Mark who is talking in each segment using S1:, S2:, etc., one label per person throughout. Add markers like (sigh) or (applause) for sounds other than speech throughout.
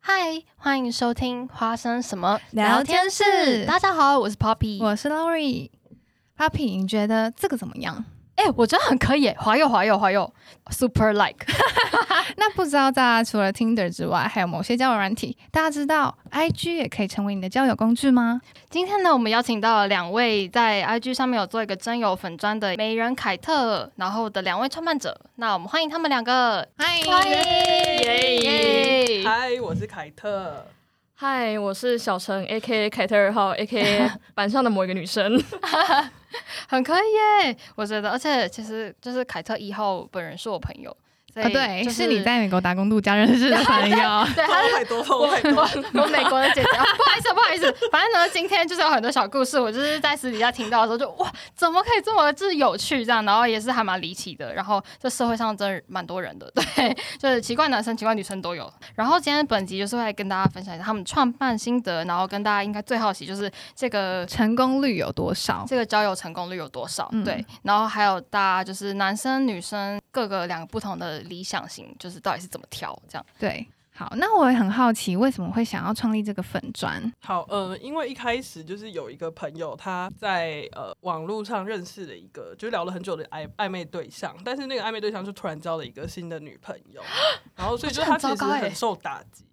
S1: 嗨，欢迎收听《花生什么
S2: 聊天室
S1: 大家好，我是 Poppy。
S2: 我是 Lori。Papi，你觉得这个怎么样？
S1: 哎、我觉得很可以耶，滑右滑右滑右，super like。
S2: 那不知道大家除了 Tinder 之外，还有某些交友软体，大家知道 IG 也可以成为你的交友工具吗？
S1: 今天呢，我们邀请到了两位在 IG 上面有做一个真友粉砖的美人凯特，然后的两位创办者。那我们欢迎他们两个，
S2: 欢迎
S1: 欢迎
S3: 耶！
S1: 耶！
S3: 嗨，我是凯特。
S4: 嗨，我是小陈，A K A 凯特二号，A
S3: (laughs)
S4: K A 板上的某一个女生。
S1: 很可以耶，我觉得，而且其实就是凯特一号本人是我朋友，所
S2: 哦，
S1: 以
S2: 对，
S1: 啊就是
S2: 你在美国打工度假认识的朋友。
S1: 对他
S3: 太多了，太多了。
S1: 我 (laughs) 美国的姐姐，啊不好意思，不好意思，反正呢，今天就是有很多小故事，我就是在私底下听到的时候就哇，怎么可以这么就是有趣这样，然后也是还蛮离奇的，然后这社会上真的蛮多人的， (laughs) 对，就是奇怪男生、奇怪女生都有。然后今天本集就是会来跟大家分享一下他们创办心得，然后跟大家应该最好奇就是这个
S2: 成功率有多少？
S1: 这个交友成功率有多少？
S2: 嗯
S1: 对，然后还有大家就是男生女生各个两个不同的理想型，就是到底是怎么挑这样。
S2: 对，好，那我也很好奇，为什么会想要创立这个粉砖？
S3: (laughs) 好，嗯，因为一开始就是有一个朋友，他在呃网络上认识了一个，就聊了很久的暧暧昧对象，但是那个暧昧对象就突然交了一个新的女朋
S4: (gasps)
S3: 友，然后所以就他其
S1: 我
S3: 实
S1: 觉得很糟糕欸
S3: 很受打击。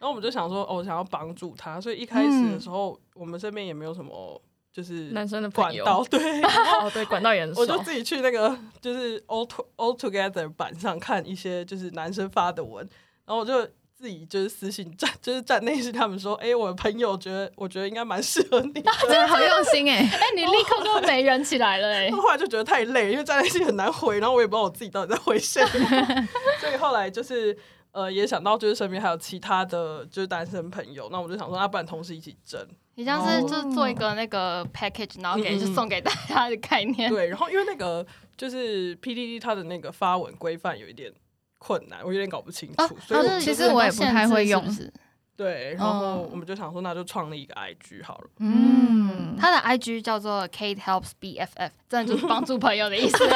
S3: 然后我们就想说，哦，想要帮助他，所以一开始的时候，我们身边也没有什么就是
S4: 嗯男生的朋
S3: 管
S4: 友
S3: 道，对，
S4: 哦，对，管道也很
S3: 我就
S4: 少。
S3: 自己去那个 (laughs) 就是 all to, all together 版上看一些就是男生发的文，然后我就自己就是私信站 (laughs) 就是站内是他们说，哎、我的朋友觉得我觉得应该蛮适合你的，
S2: 真的好用心哎、
S1: 哎、你立刻就没人起来了哎、
S3: 后来就觉得太累，因为站内是很难回，然后我也不知道我自己到底在回什么，所以后来就是。呃，也想到就是身边还有其他的就是单身朋友，那我就想说，那不然同时一起争。
S1: 你像是
S3: 哦
S1: 就是做一个那个 package，然后给
S3: 嗯嗯嗯
S1: 就送给大家的概念。
S3: 对，然后因为那个就是 PDD 它的那个发文规范有一点困难，我有点搞不清楚，所
S1: 就
S3: 以我
S1: 是
S3: 们
S2: 哦其实
S1: 有很多
S2: 我也不太会用
S1: 限制是不是
S3: 对，然后
S2: 嗯
S3: 我们就想说，那就创立一个 IG 好了。
S2: 嗯，
S1: 他的 IG 叫做 Kate Helps BFF，真的就是帮助朋友的意思。
S2: (laughs)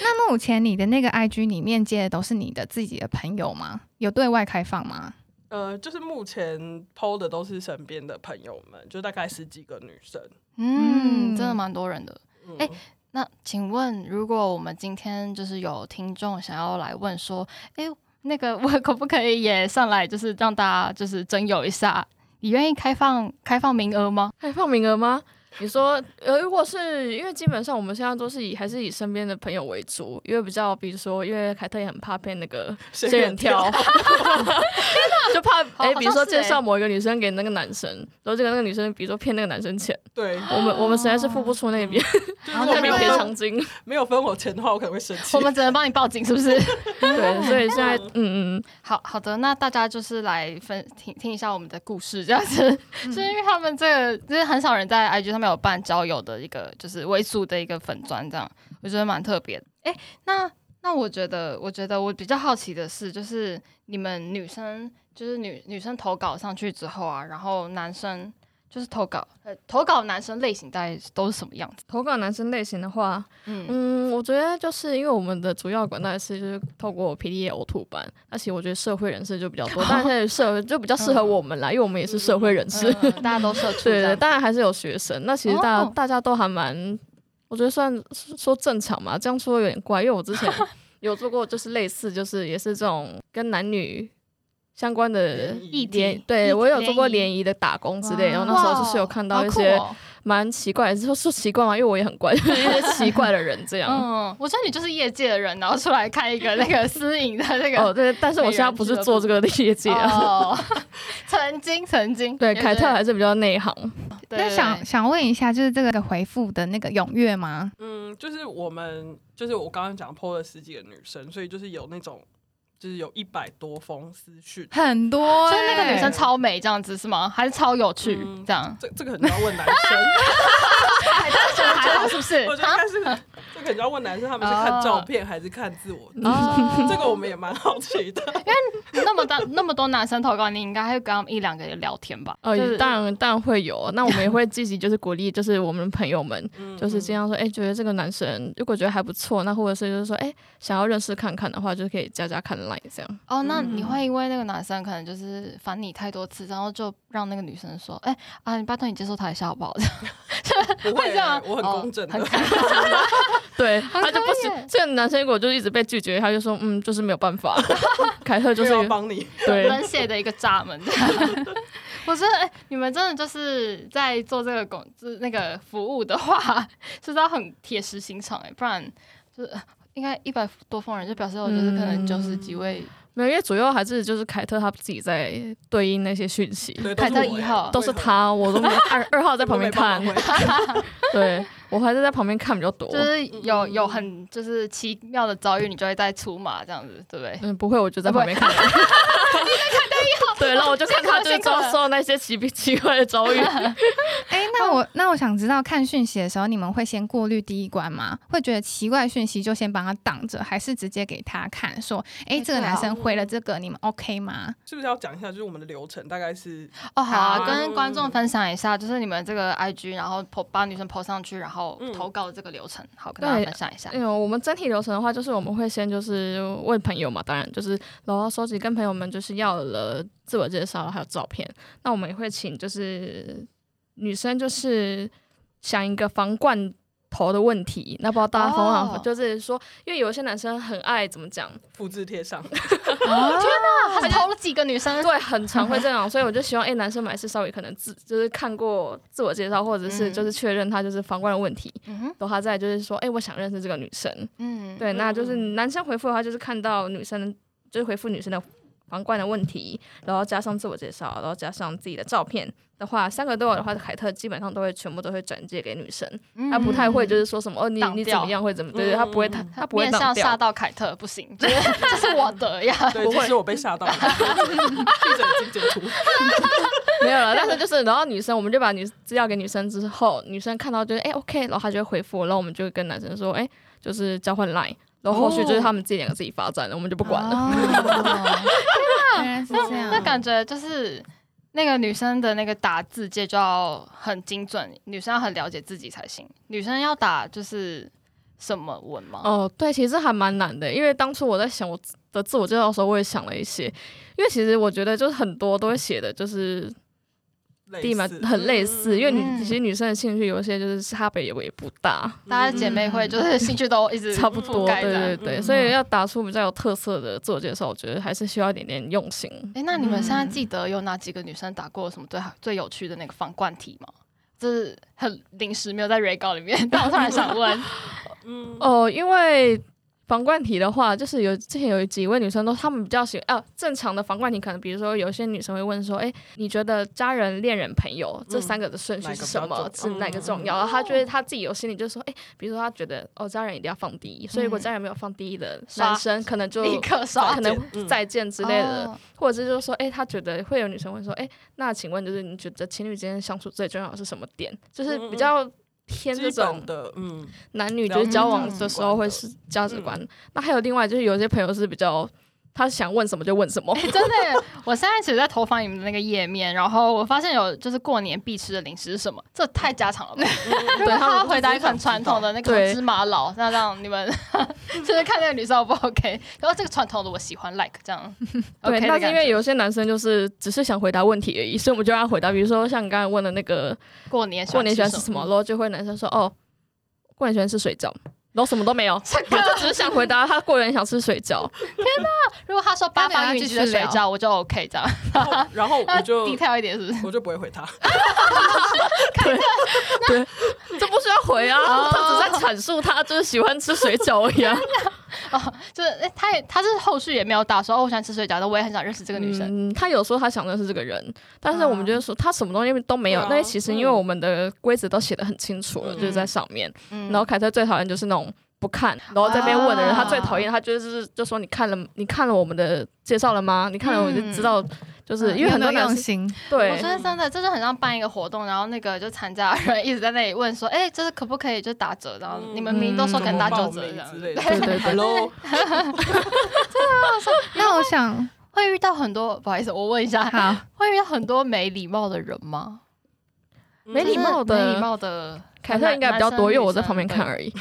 S2: 那目前你的那个 IG 里面接的都是你的自己的朋友吗？有对外开放吗？
S3: 呃，就是目前 PO 的都是身边的朋友们，就大概十几个女生。
S1: (laughs) 嗯，
S2: 嗯
S1: 真的蛮多人的。
S3: 嗯、
S1: 哎那请问，如果我们今天就是有听众想要来问说，哎、那个我可不可以也上来，就是让大家就是征友一下？你愿意开放开放名额 (laughs) 吗？
S4: 开放名额吗？你说，呃，如果是因为基本上我们现在都是以还是以身边的朋友为主，因为比较，比如说，因为凯特也很怕被那个 (laughs)
S3: 仙
S4: 仙
S3: 人
S4: 人跳，
S1: 哦
S4: (laughs) 就怕哎、比如
S1: 好像
S4: 说
S1: 是欸
S4: 介绍某一个女生给那个男生，然后这个那个女生，比如说骗那个男生钱，
S1: (laughs)
S3: 对，
S4: 我们我们实在是付不出那 (laughs) 边
S3: 就是
S2: 好那
S3: 如果
S4: 那
S3: 没
S4: 边
S2: 对
S3: 有
S4: 赔
S2: 啊
S3: 分
S4: 偿金，
S3: 没有分我钱的话，我可能会生气
S1: 我。们只能帮你报警，是不是？
S4: (laughs) (laughs) 对，所以现在嗯嗯，
S1: 好好的，那大家就是来分听听一下我们的故事，这样子， (laughs) 就是因为他们这个就是很少人在 IG 上面有办交友的一个就是为主的一个粉砖，这样我觉得蛮特别的。哎、那那我觉得，我觉得我比较好奇的是，就是你们女生就是女女生投稿上去之后啊，然后男生就是投稿呃投稿男生类型大概都是什么样子？
S4: 投稿男生类型的话，
S1: 嗯，
S4: 嗯，我觉得就是因为我们的主要管道是就是透过 PDA 呕吐班，那其实我觉得社会人士就比较多，但是社 (laughs) 就比较适合我们啦，因为我们也是社会人士，
S1: 嗯大家都 (laughs) 社畜
S4: (laughs) 对
S1: 这样
S4: 对，
S1: 子，
S4: 当然还是有学生，那其实大
S1: 哦
S4: 大家都还蛮，我觉得算说正常嘛，这样说有点怪，因为我之
S1: (laughs)
S4: 前有做过就是类似就是也是这种跟男女相关的
S3: 联谊
S1: 议
S4: 联
S1: 题，，
S4: 对我有做过
S1: 联谊
S4: 联谊的打工之类，然后那
S1: 哇
S4: 时候就是有看到一些
S1: 好酷哦
S4: 蛮奇怪，是说说奇怪嘛，因为我也很怪， (laughs) 就是一些奇怪的人这样。
S1: 嗯，我觉得你就是业界的人，然后出来开一个那个私营的那个。
S4: 哦，对，但是我现在不是做这个业界啊。
S1: 哦， (laughs) 曾经曾经，
S4: (laughs) 对，
S1: 也
S4: 凯特
S1: 是
S4: 还是比较内行。
S1: 对
S2: 那
S1: 对
S2: 想
S1: 对
S2: 想问一下，就是这个回复的那个踊跃吗？
S3: 嗯，就是我们就是我刚刚讲 PO 了十几个女生，所以就是有那种就是有一百多封私讯。
S2: 很多、欸
S1: 所以那个女生，超美这样子是吗？还是超有趣
S3: 嗯 (laughs)
S1: 这样？ (laughs)
S3: 这这个很要问男生，
S1: 还是还好是不是
S3: 我？觉得应该是就可能要问男生他们是看照片还是看自我，
S1: (laughs) 哦
S3: 这个我们也蛮好奇的。
S1: (laughs) (laughs) 那么大那么多男生投稿，你应该会跟他们一两个人聊天吧？
S4: 呃，
S1: 就是
S4: 当然当然会有，那我们也会积极，就是鼓励，就是我们朋友们，
S3: 嗯
S4: 就是尽量说，哎、觉得这个男生如果觉得还不错，那或者是就是说，哎、想要认识看看的话，就可以加加看 line 这样。
S1: 哦，那
S3: 嗯
S1: 你会因为那个男生可能就是烦你太多次，然后就让那个女生说，哎、啊，你拜托你接受他一下好不好？
S3: 不会欸
S1: 会这样，
S3: (laughs) 我很
S1: 哦
S3: 公正的
S1: 很。
S3: (laughs)
S1: 开心
S4: 对，
S1: 很
S4: 他就
S1: 可
S4: 不
S1: 以
S4: 是
S1: 耶
S4: 这个男生，如果就是一直被拒绝，他就说，嗯，就是没有办法。凯特就
S3: 就是是要帮
S4: (laughs)
S3: 你，
S4: 对，
S1: 冷血的一个炸门。 (laughs) 我觉得、哎你们真的就是在做这个工，就是那个服务的话，就是要很铁石心肠哎、不然就是应该一百多封人，就表示我就是可能九十
S4: 嗯
S1: 几位。
S4: 没有，因为主要还是就是凯特他自己在对应那些讯息，
S3: 对，
S1: 凯特
S3: 都是我欸
S1: 一号
S4: 都是，他，我都没有二二号在
S3: 在
S4: 旁边看，
S3: 欸
S4: (laughs) 对我还是在旁边看比较多
S1: 就。是有有很就是奇妙的遭遇，你就会再出马这样子，对不对？
S4: 嗯，不会，我就在旁边看。 (laughs) 对，然后我就看他就是遭受那些奇奇怪的遭 (laughs) 遇。
S2: 哎、那我那我想知道，看讯息的时候，你们会先过滤第一关吗？会觉得奇怪讯息就先帮他挡着，还是直接给他看说，哎、
S1: 哎
S2: 这个
S1: 对啊
S2: 男生回了这个，你们 OK 吗？
S3: 是不是要讲一下？就是我们的流程大概是
S1: (laughs) 哦，好
S2: 好
S1: 啊，跟观众分享一下，就是你们这个 IG，然后 po 把女生 po 上去，然后
S3: 嗯
S1: 投稿的这个流程，好跟大家
S4: 对
S1: 分享一下。
S4: 嗯，我们整体流程的话，就是我们会先就是问朋友嘛，当然就是然后收集跟朋友们就是要了自我介绍还有照片。那我们也会请就是女生就是想一个防罐头的问题，那不知道大家防不防？
S1: 哦
S4: 就是说，因为有一些男生很爱怎么讲，
S3: 复制贴
S4: (laughs)
S3: 上，
S1: 他投了几个女生，
S4: 啊对，很常会这样，所以我就希望，哎、男生们还是稍微可能自就是看过自我介绍，或者是
S1: 嗯
S4: 就是确认他就是防冠的问题，
S1: 嗯哼，
S4: 然后他再就是说，哎、我想认识这个女生，
S1: 嗯，
S4: 对，那就是男生回复的话，就是看到女生就是回复女生的防冠的问题，然后加上自我介绍，然后加上自己的照片的话，三个都有的话，凯特基本上都会全部都会转借给女生，
S1: 嗯，
S4: 他不太会
S1: 嗯
S4: 就是说什么哦你
S1: 挡
S4: 你怎
S1: 掉
S4: 么样会怎么，对对，他不会他
S3: 嗯
S4: 他不会
S1: 面
S4: 挡
S1: 上吓
S4: 掉。
S1: 到凯特不行， (laughs) 这是我的
S4: (laughs)
S1: 呀。
S3: 对，其实我被吓到了，闭着眼睛截图，
S4: 没有了，但是就是，然后女生，我们就把女资料给女生之后，女生看到就是哎、OK，然后她就会回复，然后我们就会跟男生说，哎、就是交换 line，然后后续
S1: 哦
S4: 就是他们自己两个自己发展了，我们就不管了。
S2: (laughs) 哦原来是这样，
S1: 那感觉就是那个女生的那个打字界就要很精准，女生要很了解自己才行。女生要打就是什么文吗？
S4: 哦，对，其实还蛮难的，因为当初我在想我的自我介绍的时候，我也想了一些，因为其实我觉得就是很多都会写的就是地蛮很类似，因为女、
S1: 嗯
S4: 其实女生的兴趣有一些就是差别也也不大，
S1: 大家姐
S4: 嗯
S1: 妹会就是兴趣都一
S4: (laughs)
S1: 直
S4: 差不多，
S1: 覆盖
S4: 对
S1: 着
S4: 对对，所以要打出比较有特色的自我介绍，我觉得还是需要一点点用心。
S1: 哎、那你们现在记得有哪几个女生打过什么最好最有趣的那个防冠题吗？就是很临时没有在 re 稿里面，但我突然想
S4: (laughs)
S1: 问，
S3: 嗯，
S4: 哦，因为防冠题的话，就是有之前有几位女生都，她们比较喜欢啊，正常的防冠题可能，比如说有些女生会问说，哎、你觉得家人、恋人、朋友这
S3: 嗯
S4: 三个的顺
S3: 哪
S4: 序
S3: 个比
S4: 是什
S3: 较
S4: 么？是
S3: 重要嗯哦
S4: 哪个重要？然后她觉得她自己有心里就说，哎、比如说她觉得哦，家人一定要放第一，所以如果
S1: 嗯
S4: 家人没有放第一的
S1: 刷
S4: 男生，可能就
S1: (laughs) 立刻刷
S3: 见
S4: 可能
S3: 嗯
S4: 再见之类的，
S1: 哦
S4: 或者是就是说，哎、她觉得会有女生会说，哎、那请问就是你觉得情侣之间相处最重要的是什么点？就是比较偏这
S3: 嗯基
S4: 种
S3: 本的，
S4: (laughs)
S3: 嗯，
S4: 男女
S3: 了
S4: 就是
S3: 解
S4: 交
S1: 价
S4: 往
S1: 值
S4: 的时候
S3: 观
S4: 会
S3: 的
S4: 是价值观。
S1: 嗯
S4: 那还有另外就是有些朋友是比较他想问什么就
S1: (laughs)
S4: 问什么，
S1: 欸真的耶，我现在其实在投放你们的那个页面，然后我发现有就是过年必吃的零食是什么，这太家常了
S4: (laughs)
S1: 吧？如果他回答一份传统的那
S4: 对
S1: 个芝麻老，那让你们 (laughs) 就是看那个女生 O 不 OK？然后这个传统的我喜欢 like 这样
S4: (laughs) 对。
S1: ，OK 的
S4: 但是因
S1: 感
S4: 为
S1: 觉。
S4: 有些男生就是只是想回答问题而已，所以我们就让他回答，比如说像你刚才问的那个
S1: 过年
S4: 过年喜欢吃什
S1: 么？
S4: 么，然后就会男生说哦，过年喜欢吃水饺，然后什么都没
S1: (laughs)
S4: 有，他就只是想回答他过年想吃水饺。
S1: 如果他说八
S2: 要不要
S1: 方云
S2: 继
S1: 集
S2: 续
S1: 的水
S2: 聊
S1: 饺，我就 OK 这样。
S3: 然后然后
S4: 啊
S3: 我就
S1: 低调一点是不是？
S3: 我就不会回他，
S4: 这不需要回
S1: (laughs)
S4: 啊，他只是在阐述他就是喜欢吃水饺而已啊。
S1: 哦，就是哎他也他是后续也没有打说哦，我喜欢吃水饺，但我也很想认识这个女生。
S4: 嗯，他有说他想认识这个人，但是我们就是说他什么东西都没有。
S3: 对啊
S4: 那其实因为我们的规则都写的很清楚了，
S3: 嗯
S4: 就是在上面。
S1: 嗯
S4: 然后凯特最讨厌就是那种不看，然后在那边问的人，
S1: 啊
S4: 他最讨厌。他就是就说你看了，你看了我们的介绍了吗？你看了我就知道，就是
S2: 嗯
S4: 因为很多
S2: 有没有
S4: 男
S2: 用
S4: 生
S2: 心，
S1: 我
S4: 对
S1: 觉得真的，这就很像办一个活动，然后那个就参加的人一直在那里问说，哎、这是可不可以就打折？然后
S3: 嗯
S1: 你们明明都说可能打
S3: 怎么
S1: 九
S3: 报
S1: 折
S3: 名
S1: 这样
S3: 之
S1: 子，
S3: 类的。
S4: 对对对
S3: Hello，
S2: 那我 (laughs) 想
S1: 会遇到很多， (laughs) 不好意思，我问一下，
S2: 好，
S1: 会遇到很多没礼貌的人
S3: 嗯
S1: 吗？
S4: 没礼貌的
S1: 就是没礼貌的
S4: 凯特应该比较多，因为我在旁边看
S1: 已。
S4: 而已。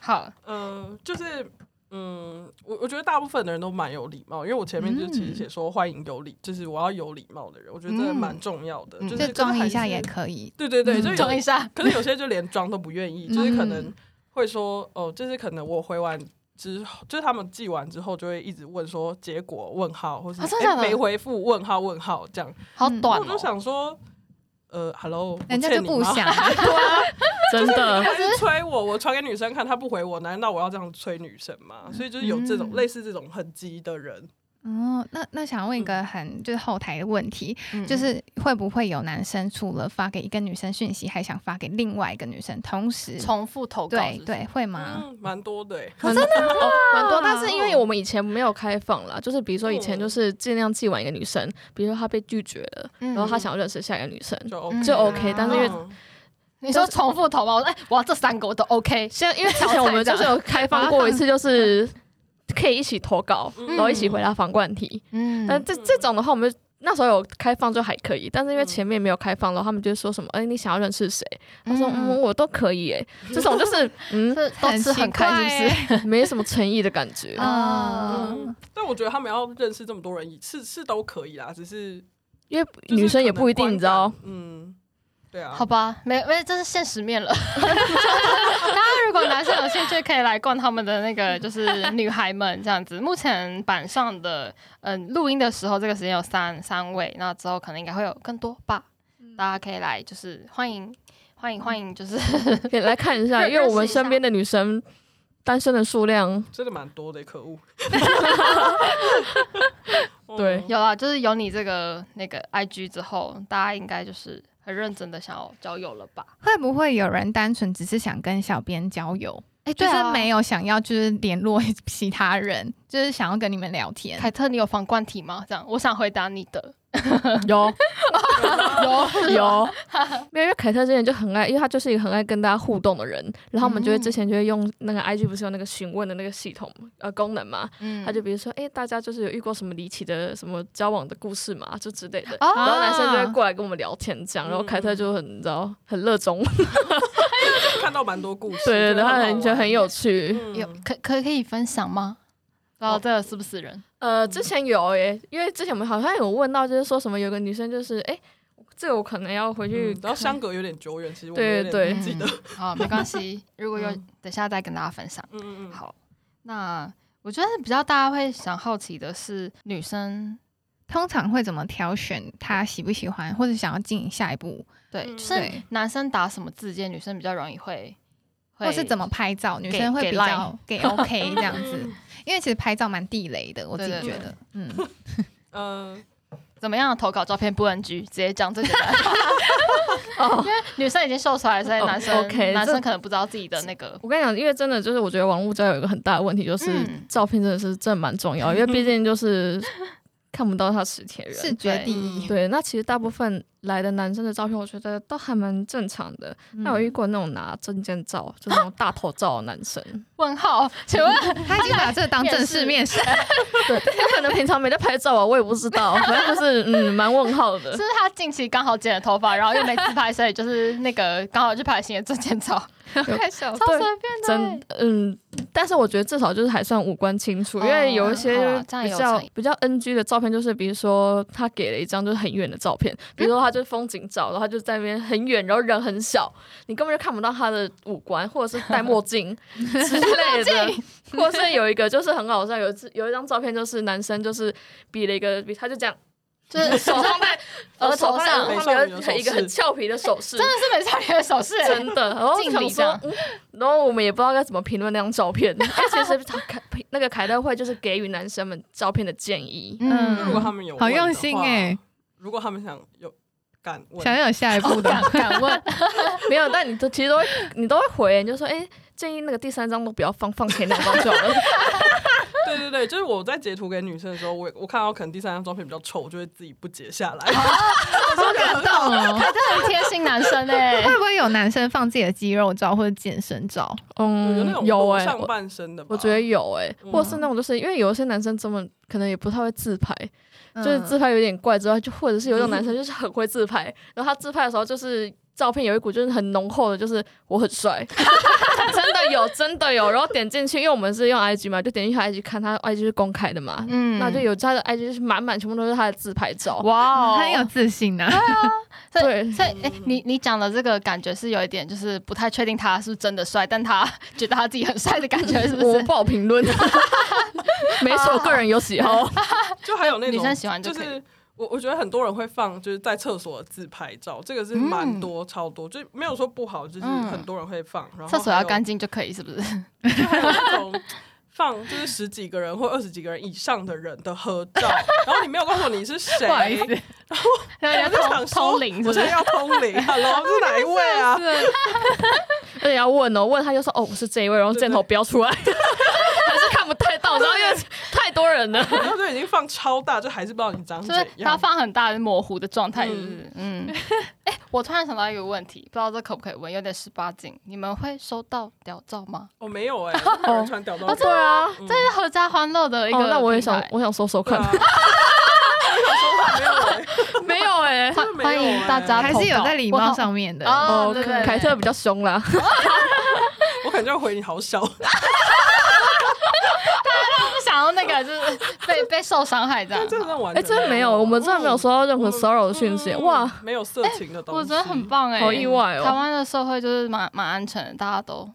S1: 好，
S3: 嗯，就是嗯，我我觉得大部分的人都蛮有礼貌，因为我前面就其实写说欢迎有礼，就是我要有礼貌的人，我觉得这蛮重要的，
S4: 嗯
S3: 就是
S2: 就装一下也
S3: 可。
S2: 可以。
S3: 对对对，
S2: 嗯
S3: 就
S1: 装
S3: 有
S1: 一下，
S3: 可是有些就连装都不愿意，就是可能会说哦，就是可能我回完之后，就是他们寄完之后就会一直问说结果问号，或是、
S1: 啊真的假
S3: 诶
S1: 的
S3: 没回复问号问号这样，
S1: 好
S2: 嗯
S1: 短
S3: 我
S1: 哦、
S3: 就想说。呃，Hello，
S2: 人家
S3: 我
S2: 就
S3: 欠你
S2: 不
S3: 吗 (laughs) 啊
S2: 想，
S4: (laughs) 真的
S3: 他是催我，我传给女生看，她不回我，难道我要这样催女生吗？所以就是有这种、
S2: 嗯
S3: 类似这种很急的人，
S2: 哦，那那想问一个很就是后台的问题，
S1: 嗯
S2: 就是会不会有男生除了发给一个女生讯息，还想发给另外一个女生，同时
S1: 重复投稿
S2: 对对会吗？
S3: 嗯，蛮多的、欸。
S4: 蛮哦蛮多，但是因为我们以前没有开放啦，就是比如说以前就是尽量寄完一个女生，比如说她被拒绝了，
S1: 嗯
S4: 然后她想要认识下一个女生，
S3: 就
S1: 嗯
S3: OK，
S4: 就 OK，但是因为
S3: 嗯
S1: 你说重复投吗？我说哎、我要这三个我都 OK。
S4: 现在因为之前我们就是有开放过一次，就是可以一起投稿，
S3: 嗯
S4: 然后一起回答房冠题。
S1: 嗯
S4: 但这
S3: 嗯
S4: 这种的话，我们就那时候有开放就还可以，但是因为
S3: 嗯
S4: 前面没有开放，然后他们就说什么：“哎，你想要认识谁？”他说：“
S1: 嗯
S4: 嗯，我都可以。”哎，这种就是嗯，
S1: 是都吃很开，是不是？
S2: 是？
S4: (laughs) 没什么诚意的感觉。
S1: 哦
S2: 啊
S3: 嗯，但我觉得他们要认识这么多人，是是都可以啦，只是
S4: 因为
S3: 就是
S4: 女生也
S3: 可能
S4: 不一定，
S3: 观
S4: 你知道
S3: 感，，嗯，对啊，
S1: 好吧，没没，这是现实面了。 (laughs) 大家如果男生有兴趣，可以来逛他们的那个，就是女孩们这样子。目前版上的，嗯，录音的时候这个时间有三三位，那之后可能应该会有更多吧。大家可以来，就是欢迎欢迎欢迎，就是 (laughs)
S4: 可以来看一下，
S1: 认
S4: 因为我们
S1: 认识一下
S4: 身边的女生单身的数量，
S3: 真的蛮多的，欸可恶。
S4: (laughs) 对
S3: 嗯
S1: 有啦，就是有你这个那个 IG 之后，大家应该就是很认真的想要交友了吧？
S2: 会不会有人单纯只是想跟小编交友，
S1: 哎、
S2: 就
S1: 对
S2: 是
S1: 啊，
S2: 没有想要就是联络其他人， (laughs) 就是想要跟你们聊天？
S1: 凯特，你有防冠体吗？这样，我想回答你的。
S3: (laughs)
S4: 有
S1: 有
S4: 有，没有？因为凯特之前就很爱，因为他就是一个很爱跟大家互动的人，然后我们就会
S1: 嗯
S4: 之前就会用那个 IG 不是有那个询问的那个系统嘛呃功能嘛，
S1: 嗯
S4: 他就比如说，哎、大家就是有遇过什么离奇的什么交往的故事嘛，就之类的。
S3: 哦
S1: 啊
S4: 然后男生就会过来跟我们聊天，这
S3: 嗯
S4: 样，然后凯特就很，你知道，很
S3: (laughs)
S4: 热衷，
S3: 看到蛮多故事，
S4: 对对
S3: 觉
S4: 对，
S3: 得
S4: 他
S3: 好
S4: 很觉得很有趣。
S3: 玩
S1: 有
S3: 嗯
S1: 可可可以分享吗？然后
S3: 哦
S1: 这个是不是人？
S4: 呃，之前有耶，因为之前我们好像有问到，就是说什么有个女生就是，哎、这个我可能要回去
S3: 嗯
S4: 看，
S3: 然后 (laughs) 相隔有点久远，其实我
S4: 对
S3: 们有
S4: 对
S1: 嗯
S3: 点记得，
S1: 好，哦没关系，如果有
S3: 嗯，
S1: 等下再跟大家分享。
S3: 嗯嗯嗯，
S1: 好，那我觉得比较大家会想好奇的是，女生
S2: 通常会怎么挑选他喜不喜欢，或者想要进行下一步，
S1: 对，
S3: 嗯
S1: 就是
S2: 对，
S1: 男生打什么字间，女生比较容易会，会
S2: 或是怎么拍照，女生会
S1: 给
S2: 比较给 OK 这样子
S3: 嗯，，
S2: 因为其实拍照蛮地雷的，我自己
S1: 对对
S2: 觉
S3: 对
S2: 得，
S1: (laughs)
S2: 嗯，
S3: 嗯，
S1: 怎么样投稿照片不 NG，直接讲最简单。因为女生已经秀出来，所以
S4: 哦
S1: 男生、
S4: OK，
S1: 男
S4: 这
S1: 生可能不知道自己的那个。
S4: 我跟你讲，因为真的就是，我觉得网络交友有一个很大的问题，就是
S1: 嗯
S4: 照片真的是真的蛮重要，因为毕竟就是 (laughs) 看不到他实体人。
S2: 视觉第一，
S4: 对，那其实大部分来的男生的照片，我觉得都还蛮正常的。那我遇过那种拿证件照，就是那种大头照的男生，
S1: 问号？请问
S2: (laughs)
S1: (laughs)
S2: 他已经把这当正式面试，
S4: 对，他可能平常没在拍照啊，我也不知道，反正就是嗯，蛮问号的
S1: 是。他近期刚好剪了头发，然后又没自拍，所以就是那个刚好去拍新的证件照，
S2: 太小
S1: 超随便的欸、
S4: 哦真嗯，但是我觉得至少就是还算五官清楚，因为有一
S1: 哦
S4: 些
S1: 好啦这样
S4: 比
S1: 也有
S4: 较
S1: 诚意
S4: 比较 NG 的照片，就是比如说他给了一张就是很远的照片，比如说他就是风景照，然后他就在那边很远，然后人很小，你根本就看不到他的五官，或者是戴墨镜之
S1: (laughs)
S4: 类的，或者是有一个就是很好笑，有一次有一张照片就是男生就是比了一个比他就这样。
S1: 就是手上戴，
S4: 额
S1: 手
S4: 头
S1: 上
S4: 上，
S3: 美
S4: 他
S3: 少
S4: 们
S3: 女的
S4: 有很
S3: 手
S4: 一个很
S3: 势
S4: 俏皮的
S1: (laughs)
S4: 手势，
S1: (laughs) 真的是美少女的手势、欸，
S4: (laughs) 真
S1: (laughs)
S4: 的，然后我
S1: 敬
S4: 想
S1: 礼这
S4: 说
S1: 样，
S4: 嗯，然后我们也不知道该怎么评论那张
S1: (laughs)
S4: 照片。哎，其实他凯那个凯特会就是给予男生们照片的建议，
S3: 那如
S2: 嗯
S3: 果他们有
S2: 好
S3: 问的
S2: 用心
S3: 话
S2: 欸，
S3: 如果他们想有敢问，
S2: 想要有下一
S1: (laughs)
S2: 步的，
S1: 敢问，
S4: 没有，但你都其实都会你都会回，你就说哎，建议那个第三张都不要放，放前两张就好了。
S3: 对对对，就是我在截图给女生的时候，我我看到可能第三张照片比较丑，我就会自己不截下来。
S2: 啊好感动哦！
S1: 他真的很贴心男生哎、
S2: (laughs) 会不会有男生放自己的肌肉照或者健身照？
S3: 有那
S4: (laughs) 嗯，
S3: 种
S4: 有
S3: 露
S2: 欸
S4: 哎、
S3: 上
S4: 我
S3: 半身的吧，
S4: 我觉得有哎、
S3: 嗯
S4: 或者是那种就是因为有一些男生这么可能也不太会自拍，就是自
S2: 嗯
S4: 拍有点怪之外，就或者是有一种男生就是很会自拍，然后他自拍的时候就是照片有一股就是很浓厚的，就是我很帅， (laughs) 真的有，真的有。然后点进去，因为我们是用 IG 嘛，就点进去他 IG 看，他 IG 是公开的嘛，
S1: 嗯
S4: 那就有他的 IG 就是满满全部都是他的自拍照。
S1: 哇哦，
S2: 很有自信啊呢、
S1: 所以
S4: 对
S1: 所以，哎、你你讲的这个感觉是有一点，就是不太确定他是不是真的帅，但他觉得他自己很帅的感觉，是不
S4: 我
S1: 是？
S4: 不好评 (laughs) 论，每首个人有喜 (laughs) 好。
S3: 就还有那种
S1: 女生喜欢就
S3: 就
S1: 可以
S3: 是我我觉得很多人会放就是在厕所的自拍照，这个
S2: 嗯
S3: 是蛮多、超多，就没有说不好，就是
S1: 嗯
S3: 很多人会放。然后
S1: 厕所
S3: 还
S1: 要
S3: 有
S1: 干，净就可以，是不是？
S3: 就还有那种。放就是十几个人或二十几个人以上的人的合照，然后你没有告诉我你是
S2: (laughs)
S3: 谁，
S2: 不好意思，
S1: 然后
S3: 我
S1: 要
S3: 就想
S1: 通
S3: 说
S1: 通灵，是不
S3: 我现
S1: 是
S3: 在？要通
S4: (laughs)
S3: 灵，Hello，是哪一位啊？
S4: 而且要问哦，问他就说哦，我是这一位，然后箭头标出来，还 (laughs) 是看不太到，然后因为太多人了。
S3: 然后就已经放超大，就还是不知道你长
S1: (laughs) 就
S3: 怎
S1: 是他
S3: 样。
S1: 放很大的模糊的状态，是不是？嗯，哎、我突然想到一个问题，不知道这可不可以问，有点十八禁，你们会收到屌照吗？
S3: 我没
S4: (laughs)
S3: 有哎，没有人穿屌照
S1: 哦，
S3: 片。
S1: 对啊，
S3: 嗯
S1: 这是合家欢乐的一个、
S4: 哦，那我也想，我想搜搜
S3: 对
S4: 看，
S3: 啊，我想说我没有哎，
S4: 没有哎、
S1: 欢
S3: 没有
S1: 欢迎大家
S2: 还
S1: 投稿，
S2: 是有在礼貌上面的。
S1: 啊我
S4: 哦
S1: 哦，对对，
S4: 凯特比较凶啦，
S3: 我可能就会回你好
S4: (laughs)
S3: 小。
S1: 我不想要那个，就是被被受伤害这样。
S3: 真的完
S4: 哎、
S3: 全
S4: 真的没哦有，我们真的没有收到任何骚扰的讯息，
S3: 嗯
S4: 哇，，
S3: 没有色情的东西，
S1: 我觉得很棒哎、
S4: 好意外哦
S1: 台湾的社会就是蛮蛮安全的，大家都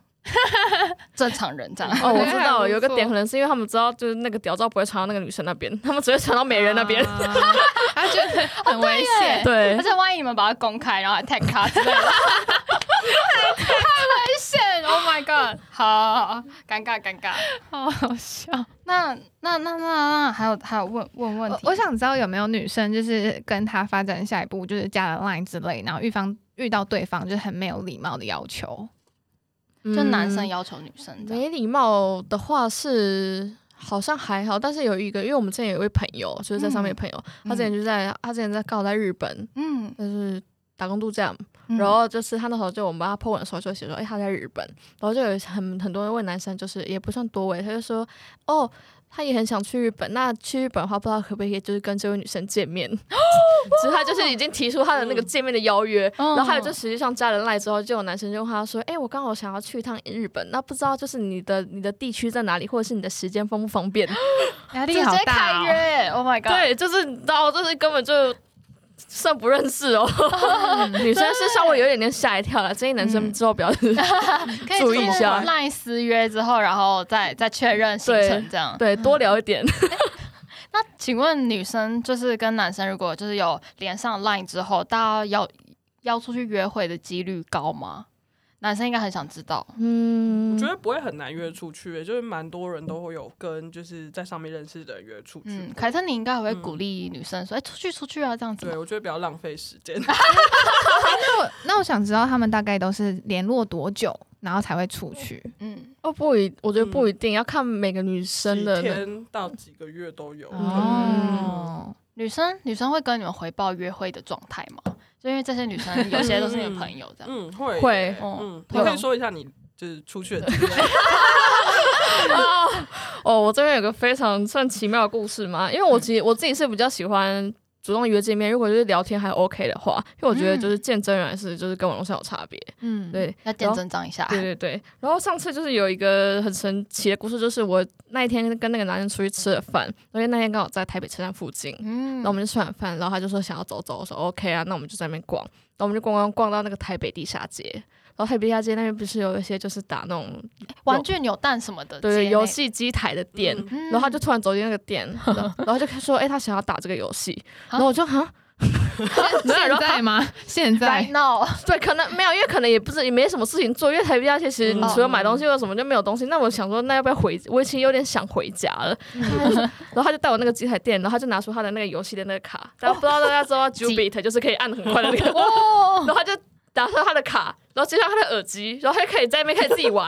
S1: 正常人这样。
S4: 哦，我
S2: 觉
S4: 知
S2: 得
S4: 道
S2: 还
S4: 了，
S2: 不
S4: 有一个
S2: 错
S4: 点可能是因为他们知道，就是那个屌照不会传到那个女生那边， (laughs) 他们只会传到美人那边。
S2: 啊他觉得很危险。
S1: 耶
S4: (laughs) 对
S1: 而，且万一你们把它公开，然后还 tag 他之类的，太危险！Oh my god！好好，好尴尬尴尬。
S2: (laughs) 好好笑。
S1: 那那那那那还有还有问问问
S2: 我
S1: 题，
S2: 我想知道有没有女生就是跟他发展下一步，就是加了 Line 之类，然后遇方遇到对方就是很没有礼貌的要求。
S1: 就男生
S4: 嗯
S1: 要求女生这样
S4: 没礼貌的话是好像还好，但是有一个，因为我们之前有一位朋友，就是在上面的朋友，他之前就在、他之前在告在日本，
S1: 嗯，
S4: 就是打工度假嘛，
S1: 嗯
S4: 然后就是他那时候就我们帮他 po 文的时候就写说，哎、他在日本，然后就有很很多位男生，就是也不算多位，他就说，哦，他也很想去日本，那去日本的话，不知道可不可以就是跟这位女生见
S1: (laughs)
S4: 面，其实他就是已经提出他的那个见面的邀约，
S1: 嗯
S4: 然后还有就实际上加人来之后，就有男生就问他说，哎、我刚好想要去一趟日本，那不知道就是你的你的地区在哪里，或者是你的时间方不方便？
S2: 压
S1: 直接开约、o h my god！
S4: 对，就是你知道，就是根本就算不认识哦。 (laughs) 女生是稍微有一点点吓一跳了，建议男生之后不要。
S1: 可以
S4: 注意一下
S1: 赖私约之后，然后再再确认行程这样。
S4: (laughs) 对，多聊一点。
S1: 那请问女生就是跟男生如果就是有连上 Line 之后，大家要要出去约会的几率高吗？男生应该很想知道。
S4: 嗯
S3: 我觉得不会很难约出去欸，就是蛮多人都会有跟就是在上面认识的人约出去
S1: 嗯，。凯特，你应该还会鼓励女生
S4: 嗯
S1: 说：“哎、出去出去啊，这样子
S3: 对，
S1: 嘛。
S3: 我觉得比较浪费时间。
S2: (laughs) 那我那我想知道他们大概都是联络多久，然后才会出去？”
S1: 嗯，
S4: 哦不一，我觉得不一定要看每个女生的
S3: 几
S4: 那。
S3: 天到几个月都
S1: 嗯
S3: 有。
S2: 哦，
S1: 女生女生会跟你们回报约会的状态吗？就因为这些女生有些都是你的朋友这样。
S3: 嗯，会
S4: 会
S1: 哦，
S3: 嗯，你可以说一下你就是出去的经历。
S4: (laughs) 哦，我这边有个非常算奇妙的故事嘛，因为我
S3: 嗯
S4: 其实我自己是比较喜欢主动约见面，如果就是聊天还 OK 的话，因为我觉
S3: 嗯
S4: 得就是见真人还是就是跟网络上有差别。
S2: 嗯，
S4: 对，
S1: 要见真章一下。
S4: 对对对，然后上次就是有一个很神奇的故事，就是我那一天跟那个男人出去吃了饭，因为那天刚好在台北车站附近，
S1: 嗯
S4: 然后我们就吃完饭，然后他就说想要走走，我说 OK 啊，那我们就在那边逛，然后我们就逛逛逛到那个台北地下街，然后台北地下街那边不是有一些就是打那种
S1: 玩具扭蛋什么的，
S4: 对对
S1: 街内
S4: 游。戏机台的
S3: (laughs)
S4: 店，
S3: 嗯
S1: 嗯
S4: 然后他就突然走进那个店，然 (laughs) 后然后就说哎、他想要打这个游戏，然后我就啊哈。
S2: 现在吗？现
S1: right
S2: 在
S1: (laughs) now，
S4: 对，可能没有，因为可能也不是也没什么事情做，因为台北下其实你除了买东西或者什么就没有东西。那我想说，那要不要回？我其实有点想回家 (laughs) 了。然后他就带我那个机台店，然后他就拿出他的那个游戏的那个卡，大家不知道大家知道 Jubit 就是可以按得很快的那个，
S1: 哦
S4: 然后他就拿出他的卡，然后接上他的耳机，然后他就可以在那边开始自己玩。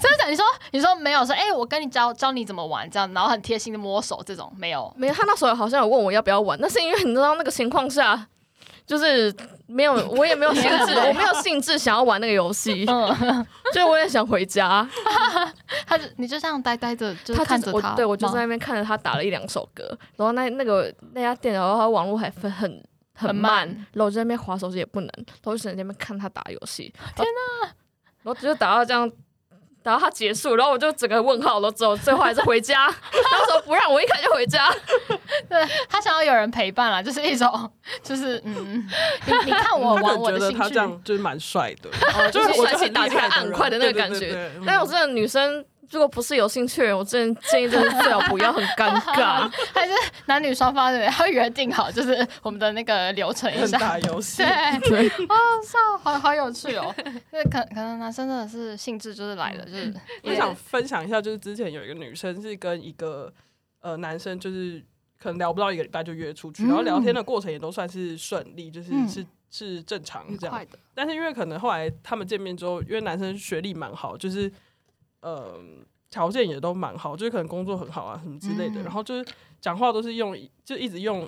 S1: 真的假的？你说你说没有说，哎、我跟你教教你怎么玩这样，然后很贴心的摸手这种没有。
S4: (laughs) 没有，他那时候好像有问我要不要玩，但是因为你知道那个情况下，就是没有，我也没有兴 (laughs) 致，我没有兴致想要玩那个游戏，
S1: 嗯，
S4: 所以我也想回家。
S1: 他就你就这样呆呆的，就
S4: 就是
S1: 看着
S4: 我
S1: 他
S4: 对我就
S1: 吗
S4: 在那边看着他打了一两首歌，然后那那个那家店，然后他网络还分很。很
S1: 很
S4: 慢
S1: 慢，
S4: 然后我就在那边划手机也不能，然后我就在那边看他打游戏。天哪！然后就打到这样，打到他结束，然后我就整个问号，然后之后最后还是回家。 (laughs) 他说不让我一看就回家，
S1: 对他想要有人陪伴啦，就是一种， (laughs) 就是嗯，
S4: (laughs)
S1: 你你看我
S3: 他可
S1: 玩
S3: 能
S1: 我的
S3: 觉得
S1: 兴
S3: 他这
S1: 趣，
S3: 样就是蛮帅的，
S4: 哦就是
S3: 我觉得
S4: 帅气
S3: 很
S4: 打
S3: 厉
S4: 进来
S3: 害
S4: 很快的那个感
S3: 人对对嗯
S4: 觉。
S1: 嗯
S3: 对对
S4: 但我真的女生如果不是有兴趣的人，我真的建议真的最好不要，很尴
S1: (laughs)
S4: 尬。
S1: 还是男女双方的人要约定好，就是我们的那个流程一
S3: 很
S1: 下
S3: 打。游戏
S1: (laughs)
S4: (laughs)
S1: 对，， (laughs) 哦，是啊，好好有趣哦。那可可能男生真的是兴致就是来了，就是
S3: 我想分享一下，就是之前有一个女生是跟一个呃男生，就是可能聊不到一个礼拜就约出去，
S1: 嗯
S3: 然后聊天的过程也都算是顺利，就是
S1: 嗯
S3: 是是正常
S1: 愉
S3: 这样
S1: 快。的，
S3: 但是因为可能后来他们见面之后，因为男生学历蛮好，就是呃条件也都蛮好，就是可能工作很好啊什么之类的，
S1: 嗯
S3: 然后就是讲话都是用就一直用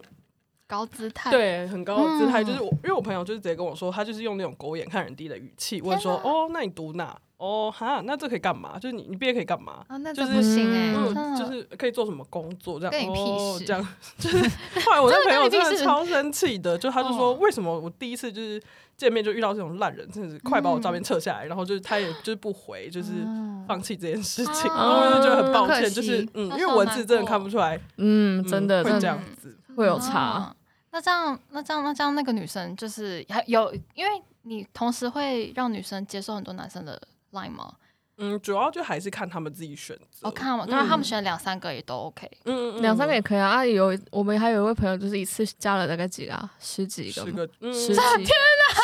S1: 高姿态，，
S3: 对，很高的姿态，
S1: 嗯
S3: 就是我，因为我朋友就是直接跟我说，他就是用那种狗眼看人低的语气问说：“
S1: 天哪
S3: 哦，那你读哪？哦哈，那这可以干嘛？就是你你毕业可以干嘛？
S2: 哦，那
S3: 就
S2: 这
S3: 是
S2: 不行哎、
S1: 嗯真
S3: 嗯，
S1: 的
S3: 就是可以做什么工作这
S2: 跟
S3: 样？
S2: 你屁
S3: 哦，
S2: 事
S3: 这样就是。后 (laughs) 来我那
S1: 真的
S3: 朋友
S1: 跟你
S3: 真的
S1: 屁事
S3: 超生气的，就他就说，
S1: 哦
S3: 为什么我第一次就是见面就遇到这种烂人，真的是快把我照
S1: 嗯
S3: 片撤下来，然后就是他也就是不回，就是。
S1: 啊
S2: 哦
S3: 放弃这件事情，
S1: 哦
S3: 然后我就觉得很抱
S2: 好可
S3: 歉，
S2: 惜
S3: 就是嗯，因
S1: 那
S3: 为
S1: 时候
S3: 文
S1: 难
S3: 字真的
S1: 过
S3: 看不出来，
S4: 嗯，
S3: 嗯
S4: 真的，
S3: 会
S4: 真
S3: 这
S4: 的
S3: 样子，
S4: 会有差。
S1: 哦那这样，那这样，那这样，那个女生就是还有，因为你同时会让女生接受很多男生的 line 吗？
S3: 嗯，主要就还是看他们自己选择。
S4: 哦
S1: 我看
S4: 嗯
S1: 他们，看他们选两三个也都 OK，
S3: 嗯，嗯嗯，
S4: 两三个也可以啊。啊，有我们还有一位朋友，就是一次加了大概几个、啊，十几个
S3: 十
S4: 吗，
S3: 个，嗯
S4: 十几，天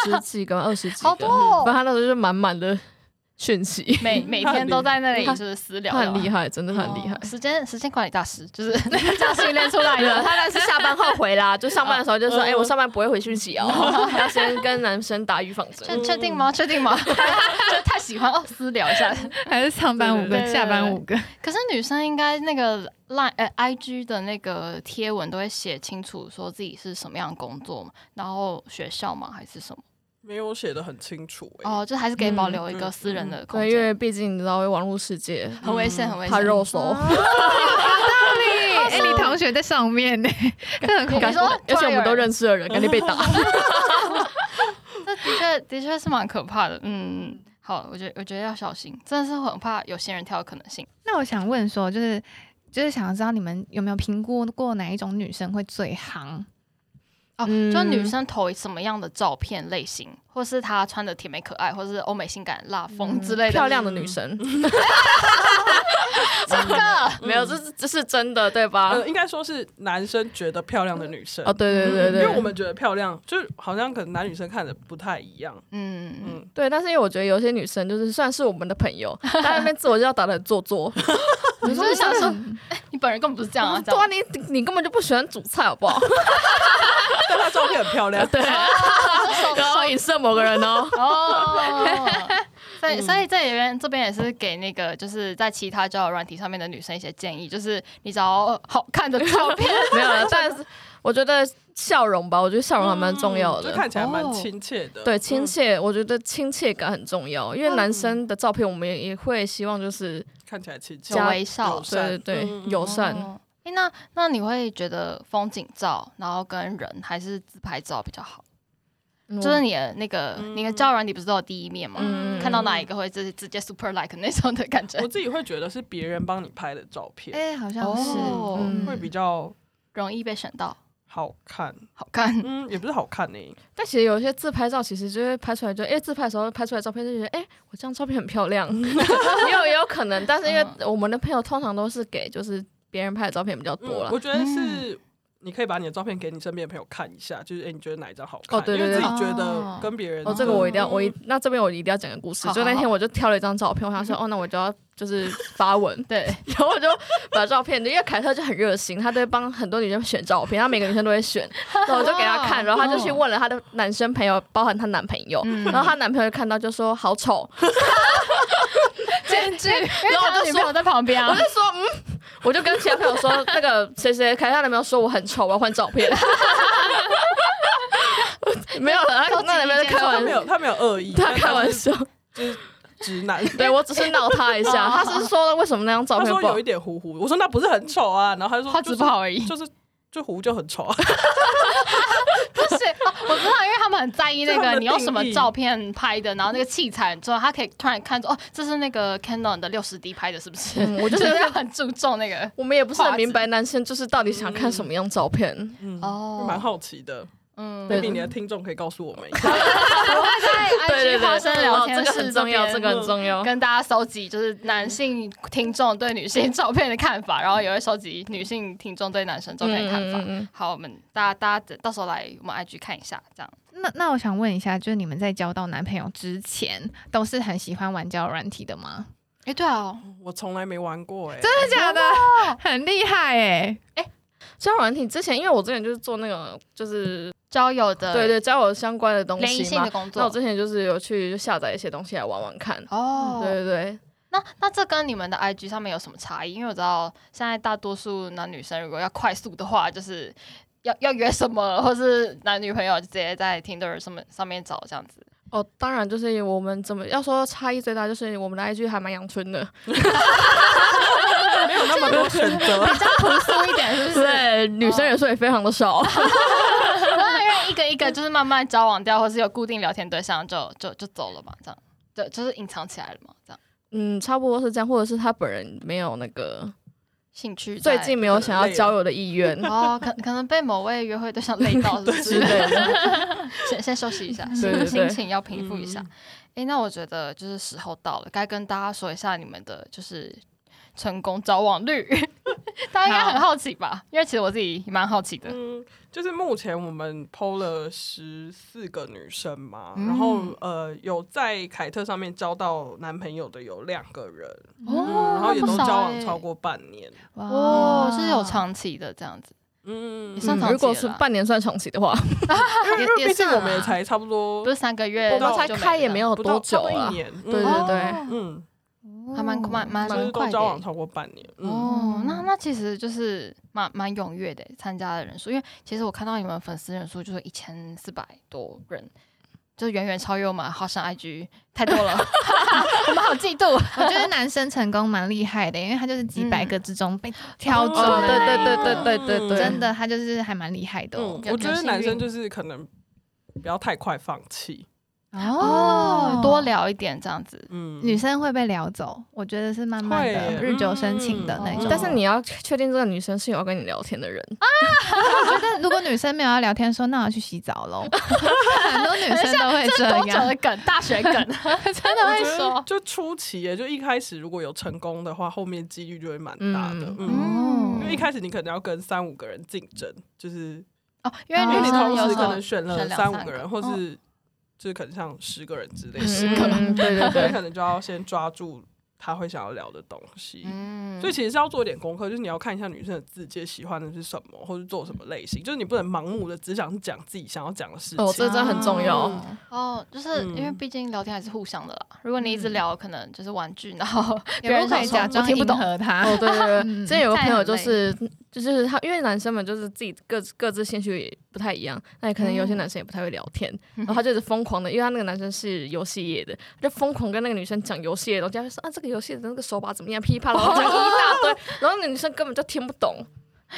S4: 十几个吗，二十几个，
S1: 好多哦
S4: 反正他那时候就是满满的讯息，
S1: 每每天都在那里就是私聊
S4: 他
S1: 的嘛，
S4: 很厉害，真的他很厉害
S1: 哦。时间时间管理大师就是
S4: (laughs)
S1: 这样训练出来
S4: 对，啊
S1: 的。
S4: 他但是下班后回啦，就上班的时候就说：“
S3: 嗯
S4: 哎，我上班不会回讯息哦， (laughs) 要先跟男生打预防针。
S1: 确确定
S4: 嗯
S1: 吗？确
S4: (laughs)
S1: 定吗？ (laughs) 就太喜欢哦，私聊一下。
S2: (laughs) 还是上班五
S1: 对对
S2: 个，
S1: 对
S2: 下班五个，
S1: 可是女生应该那个 line 呃 IG 的那个贴文都会写清楚，说自己是什么样的工作嘛，然后学校嘛还是什么？
S3: 没有写的很清楚哎、
S1: 哦，就还是可以保
S4: 嗯
S1: 留一
S3: 嗯
S1: 个私人的”空
S4: 对，因
S1: 间，
S4: 为毕竟你知道网络世界，
S1: 很危险，很危险。
S4: 怕肉搜，
S2: 哎、你同学在上面呢、 (laughs) 这很恐怖
S1: 嗯你说
S4: 而且我们
S1: 突然有
S4: 都
S1: 人
S4: 认识的人，肯定 (laughs) 被打。
S1: 这的确的确是蛮可怕的。嗯，好，我觉得我觉得要小心，真的是很怕有仙人跳的可能性。
S2: 那我想问说，就是就是想知道你们有没有评估过哪一种女生会最夯？
S1: 哦，
S4: 嗯
S1: 就女生投什么样的照片类型，或是她穿的甜美可爱，或是欧美性感辣风之类的，
S4: (laughs) 漂亮的女生， (laughs) 嗯
S1: 真的
S4: 没有，这是这是真的，对吧？
S3: 呃，应该说是男生觉得漂亮的女生，
S4: 哦，对对对对，
S3: 因为我们觉得漂亮，就是好像可能男女生看的不太一样， (laughs)
S1: 嗯嗯，
S3: 嗯，
S4: 对，但是因为我觉得有些女生就是算是我们的朋友，在那边自我介绍打的很做作，我
S1: 我嗯就是想说， (laughs) 你本人根本不是这样啊，这 (laughs)
S4: 对啊，
S1: 样。
S4: 你你根本就不喜欢煮菜，好不好？，
S3: 但她照片很漂亮
S4: (laughs) 对，啊
S1: 手
S4: 然后影射某个人哦。
S1: 哦，所以啊所以这里边这边也是给那个就是在其他交友软体上面的女生一些建议，就是你找好看的照 (laughs) 片，
S4: 没有了，但是我觉得笑容吧，我觉得笑容还蛮重要
S3: 嗯就
S4: 的。
S3: 看起来蛮
S1: 哦
S3: 亲切的，嗯
S4: 对，亲切，我觉得亲切感很重要，因为男生的照片我们也也会希望就是，
S3: 嗯看起来亲切
S1: 有，微笑
S3: 友，善
S4: 对对
S3: 嗯嗯
S4: 对，
S3: 嗯
S4: 友善。
S1: 哦诶那那你会觉得风景照，然后跟人还是自拍照比较好？
S4: 嗯
S1: 就是你的那个、你的交友软体不是都有第一面吗？
S4: 嗯
S1: 看到哪一个会直直接 super like 那种的感觉
S3: 我，自己会觉得是别人帮你拍的照片，
S2: 哎、好像是、
S1: 哦
S4: 嗯
S3: 会比较
S1: 容易被选到，
S3: 好看，
S1: 好看。
S3: 嗯，也不是好看呢、
S4: 但其实有一些自拍照，其实就会拍出来就，哎，自拍的时候拍出来照片就觉得，哎、我这张照片很漂亮，
S1: 嗯
S4: (laughs) 也有也有可能。但是因为我们的朋友通常都是给就是别人拍的照片比较多
S3: 嗯
S4: 啦。
S3: 我觉得是。
S1: 嗯
S3: 你可以把你的照片给你身边的朋友看一下，就是哎、你觉得哪一张好看？
S4: 哦对对
S3: 因为自
S2: 对
S3: 己觉得
S2: 哦
S3: 跟别人嗯
S4: 哦，这个我一定要，我一那这边我一定要讲个故事。
S1: 嗯好
S4: 就那
S1: 好，
S4: 天我就挑了一张照片，我想说，哦，那我就要就是发文
S1: 对，
S4: (laughs) 然后我就把照片，因为凯特就很热心，他都会帮很多女生选照片，他每个女生都会
S1: (laughs)
S4: 选，然后我就给他看，然后他就
S1: 哦
S4: 去问了他的男生
S1: 嗯
S4: 朋友，包含她男朋友，然后她男朋友看到就说好丑，
S1: 结
S2: 面具，
S1: 然后
S4: 我就
S1: 他女朋友在旁边
S4: 我
S1: 啊
S4: 就，说，嗯，我就跟其他朋友说，那个谁谁凯他男朋友说我很丑，我要换照
S3: (laughs)
S4: 片。没有了，那那里面是开
S3: 他
S4: 玩
S3: 没有，他没有恶意，
S4: (laughs) 他
S3: 但
S4: 开玩
S3: 是 (laughs)
S4: 笑，
S3: 就是直男。
S4: 对我只是闹他一下。他是说为什么那张照
S3: 他
S4: 片
S3: 说
S4: 不好
S3: 有一？点糊糊，我说那不是很丑啊，然后他就说
S1: 画质不，好而已。
S3: 就是就是就糊就很丑啊，
S4: (laughs)
S1: 不是，哦我知道，因为他们很在意那
S3: 这是他们
S1: 个
S3: 的
S1: 你用什么
S3: 定义
S1: 照片拍的，然后那个器材之后，他可以突然看出哦，这是那个 Canon 的六十 D 拍的，是不是？
S4: 嗯我就
S1: (laughs) 就
S4: 觉得
S1: 是很注重那个
S4: 我们也不是很明白男生就是到底想看什么样照片。
S3: 嗯，
S1: 哦
S3: 蛮好奇的。
S1: 嗯，
S4: 对
S3: maybe 你的听众可以告诉我们一下，
S1: 我会在 IG 发声聊天
S4: 哦这个
S1: 室
S4: 很重要，这
S1: 边嗯
S4: 个很重要。
S1: 跟大家收集就是男性听众对女性照片的看法，然后也会收集女性听众对男生照片的看
S4: 嗯嗯嗯
S1: 法
S4: 嗯。
S1: 好，我们大家大家到时候来我们 IG 看一下，这样。
S2: 那那我想问一下，就是你们在交到男朋友之前，都是很喜欢玩交友软体的吗？
S1: 哎，对啊，
S3: 我从来没玩过哎，
S2: 真的假的？很厉害哎、
S4: 交友软体之前，因为我之前就是做那个，就是
S1: 交友的
S4: 对对交友相关的东
S1: 呃联谊
S4: 西
S1: 性
S4: 嘛
S1: 的。工
S4: 那我
S1: 作
S4: 之前就是有去下载一些东西来玩玩看。
S1: 哦，
S4: 对对对，
S1: 那那这跟你们的 IG 上面有什么差异？因为我知道现在大多数男女生如果要快速的话，就是要要约什么，或是男女朋友就直接在 Tinder 上面上面找这样 (laughs) 子。
S4: 哦，当然就是我们怎么要说差异最大，就是我们的 IG 还蛮阳春的，
S3: 没有那么多选择，
S1: 多一点是不是？
S4: 对，女生人数也非常的少。
S1: 然后因为一个一个就是慢慢交往掉，或是有固定聊天对象就就就走了嘛，这样就就是隐藏起来了嘛，这样
S4: 嗯，差不多是这样，或者是他本人没有那个
S1: 兴趣在。
S4: 最近没有想要交友的意愿
S1: (laughs) 哦，可可能被某位约会对象累到，是不
S4: 之
S1: 是
S4: 类？的，
S1: (laughs) 先先休息一下，
S4: 对对
S1: 心心
S4: 对
S1: 情要平复一
S3: 嗯
S1: 下。诶，那我觉得就是时候到了，该跟大家说一下你们的就是成功交往率， (laughs) 大家应该很好奇吧？因为其实我自己蛮好奇的。
S3: 嗯，就是目前我们剖了十四个女生嘛，
S1: 嗯
S3: 然后呃，有在凯特上面交到男朋友的有两个人，
S1: 哦
S3: 嗯然后也
S1: 那
S3: 都
S1: 不少
S3: 交往
S1: 欸
S3: 超过半年，
S2: 哇
S1: 哦，是有长期的这样子，
S3: 嗯
S1: 也，算长期了啦
S4: 如果是半年算长期的话，
S3: (laughs) 因为因为
S1: 也
S3: 毕
S1: 也
S3: 竟
S1: 算
S3: 我们也
S1: 啊
S3: 才差不多
S1: 不是三个月，
S4: 我
S3: 到
S4: 们才
S1: 就
S4: 开也
S1: 了
S4: 没有
S3: 不到
S4: 多久
S3: 差不多
S4: 啊
S3: 一。年，
S4: 对对对，
S3: 嗯，
S2: 哦
S1: 还蛮蛮
S2: 啊
S1: 蛮
S3: 嗯，就是
S1: 蛮
S3: 都
S1: 快的
S3: 交往
S1: 欸。
S3: 超过半年，嗯，
S1: 哦，那那其实就是蛮蛮踊跃的参加的人数，因为其实我看到你们粉丝人数就是一千四百多人，就是远远超越我们好像 IG 太多了， (laughs) 我们好嫉妒。啊
S2: 我觉得男生成功蛮厉害的，因为他就是几百个之中被挑中
S4: 哦，
S2: 的
S4: 对
S2: 那一
S4: 对
S2: 个、
S4: 对对对对对，
S2: 真的他就是还蛮厉害的哦、
S3: 嗯
S1: 有
S3: 我觉
S1: 有
S3: 得
S1: 幸
S3: 男生
S1: 运
S3: 就是可能不要太快放弃，
S1: 哦，多聊一点这样子。
S3: 嗯，
S2: 女生会被撩走，我觉得是慢慢
S3: 会
S2: 的日久生情的那
S1: 嗯
S2: 种。
S4: 但是你要确定这个女生是有要跟你聊天的人，
S2: 我觉得如果女生没有要聊天说，那我要去洗澡喽。很多女生都会这
S1: 多久
S2: 样
S1: 的，梗？大学梗， (laughs) 真的
S3: 我
S1: 会
S3: 觉得
S1: 说。
S3: 就初期耶，就一开始如果有成功的话，后面几率就会蛮大的
S4: 嗯，
S3: 嗯，因为一
S1: 嗯，
S3: 开始你可能要跟三五个人竞争，就是
S1: 哦，因为
S2: 因
S3: 因为
S1: 女
S3: 你
S1: 生
S3: 同
S1: 有
S3: 时
S1: 时
S3: 可
S1: 候
S3: 能选了
S1: 选两
S3: 三
S1: 三
S3: 五
S1: 个
S3: 个人，或
S1: 哦
S3: 是就是可能像十个人之类
S4: 十
S3: 的，
S4: 个，嗯对对
S3: 所以 (laughs)
S4: (laughs) 对，
S3: 可能就要先抓住他会想要聊的东西。
S1: 嗯
S3: 所以其实是要做点功课，就是你要看一下女生的字节喜欢的是什么，或是做什么类型，就是你不能盲目的只想讲自己想要讲的事情。
S4: 哦，这真的很重要。
S2: 哦
S1: 哦，就是因为
S3: 嗯
S1: 毕竟聊天还是互相的啦。如果你一直聊，可能就是玩具，然后别
S2: 也
S1: 人
S2: 不可以
S1: 想说
S2: 假
S1: 我
S2: 装
S1: 听不
S2: 迎
S1: 懂。
S2: 合他。
S4: 哦，对 (laughs) 对对，
S2: 嗯
S4: 之前有个朋友就是就是他，因为男生们就是自己各自各自兴趣也不太一样，那也可能有些男生也不太会聊 (laughs) 天，然后他就是疯狂的，因为他那个男生是游戏业的，他就疯狂跟那个女生讲游戏的东西，他就说啊这个游戏的那个手把怎么样，噼里啪啦然后讲一大堆，然后那个女生根本就听不 (laughs) 懂，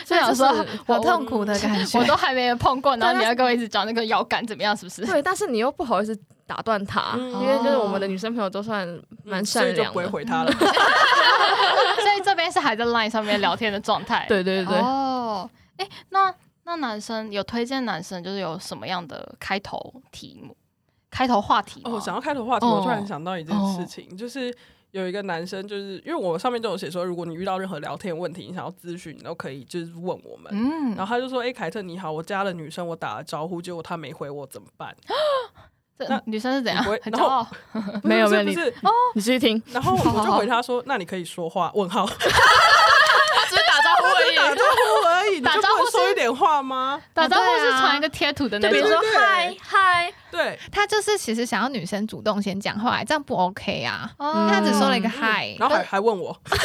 S1: 所以
S4: 就
S1: 想
S4: 是
S1: 说，
S4: (laughs)
S2: 好痛苦的感觉，
S1: 我都还没碰过，然后
S4: 对
S1: 你要跟我一直讲那个摇杆怎么样，是不是？
S4: 对，但是你又不好意思打断他，
S3: 嗯
S4: 因为就是我们的女生朋友都算蛮
S3: 所
S4: 善
S3: 以就
S4: 良
S3: 不会
S4: 的，
S3: 回他
S1: (laughs)
S3: 了。
S1: 所以这边是还在 Line 上面聊天的状态。
S4: 对对对对。
S1: 哦，哎、那那男生有推荐男生就是有什么样的开头题目、开头话题吗？
S3: 哦，想要开头话题，
S1: 哦
S3: 我突然想到一件
S4: 哦
S3: 事情，就是有一个男生，就是因为我上面都有写说，如果你遇到任何聊天问题，你想要咨询，你都可以就是问我们。
S1: 嗯，
S3: 然后他就说：“哎、凯特你好，我加了女生，我打了招呼，结果她没回我，怎么
S4: (laughs)
S3: 办那
S1: 这女生是怎样
S3: 你不会？
S1: 很
S3: 然
S1: 骄
S3: 后 (laughs)
S1: 傲，？”
S4: 没有
S3: 不是
S4: 没有
S3: 不是。
S4: (laughs) 你继续听，
S3: 然后
S4: (laughs)
S1: 好
S3: 我
S1: 好
S3: 就
S1: 好
S3: 回他说：“那你可以说话？”问号，
S4: 他只是打招呼而已。
S3: 打招呼而已，你
S1: 打
S3: 就
S1: 招呼
S3: 不能说
S1: 是
S3: 一点话吗？
S1: (laughs) 打招呼
S2: 对
S1: 是
S2: 啊
S1: 传一个贴图的那
S4: 就比如
S1: 种。
S4: 说
S3: 对
S4: 嗨嗨，
S3: 对，
S2: 他就是其实想要女生主动先讲话，这样不 OK 啊？
S1: 哦
S2: 他只说
S1: (laughs)
S2: 了一个嗨，
S3: 然后还还问我，
S4: 啊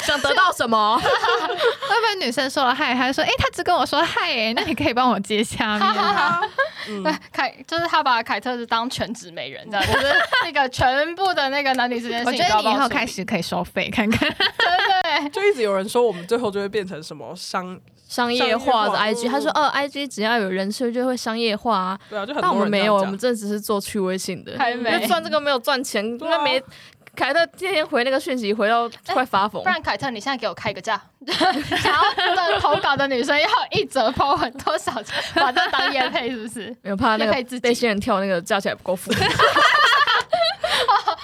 S4: 想得到什么？
S2: 会不会女生说了嗨，他就说哎、他只跟我说嗨、哎，那你可以帮我接下吗？
S3: 嗯，
S1: 对凯就是他把凯特是当全职美人这样，就是那个全部的那个男女之间的
S2: 我
S1: 性
S2: 觉得
S1: 交
S2: 你
S1: 往
S2: 以后
S1: 处理
S2: 开始可以收费看看。
S3: 就一直有人说我们最后就会变成什么商，
S4: 商业化的
S3: 商业化
S4: IG，他说哦，IG 只要有人数就会商业化啊。
S3: 对啊，就很
S4: 但我
S3: 多人
S4: 们没
S3: 这
S4: 有，我
S3: 样讲
S4: 们真的只是做趣味性的，
S1: 还
S4: 那
S1: 没。
S4: 赚这个没有赚钱，
S3: 对啊
S4: 那没。凯特天天回那个讯息，回到快发疯
S1: 不。然凯特，你现在给我开个价， (laughs) 想要的投稿的女生要一折抛很多少钱，把这当夜配是不是？ (laughs)
S4: 没有怕那
S1: 也可以
S4: 个
S1: 自己
S4: 被仙人跳那个叫起来不够付，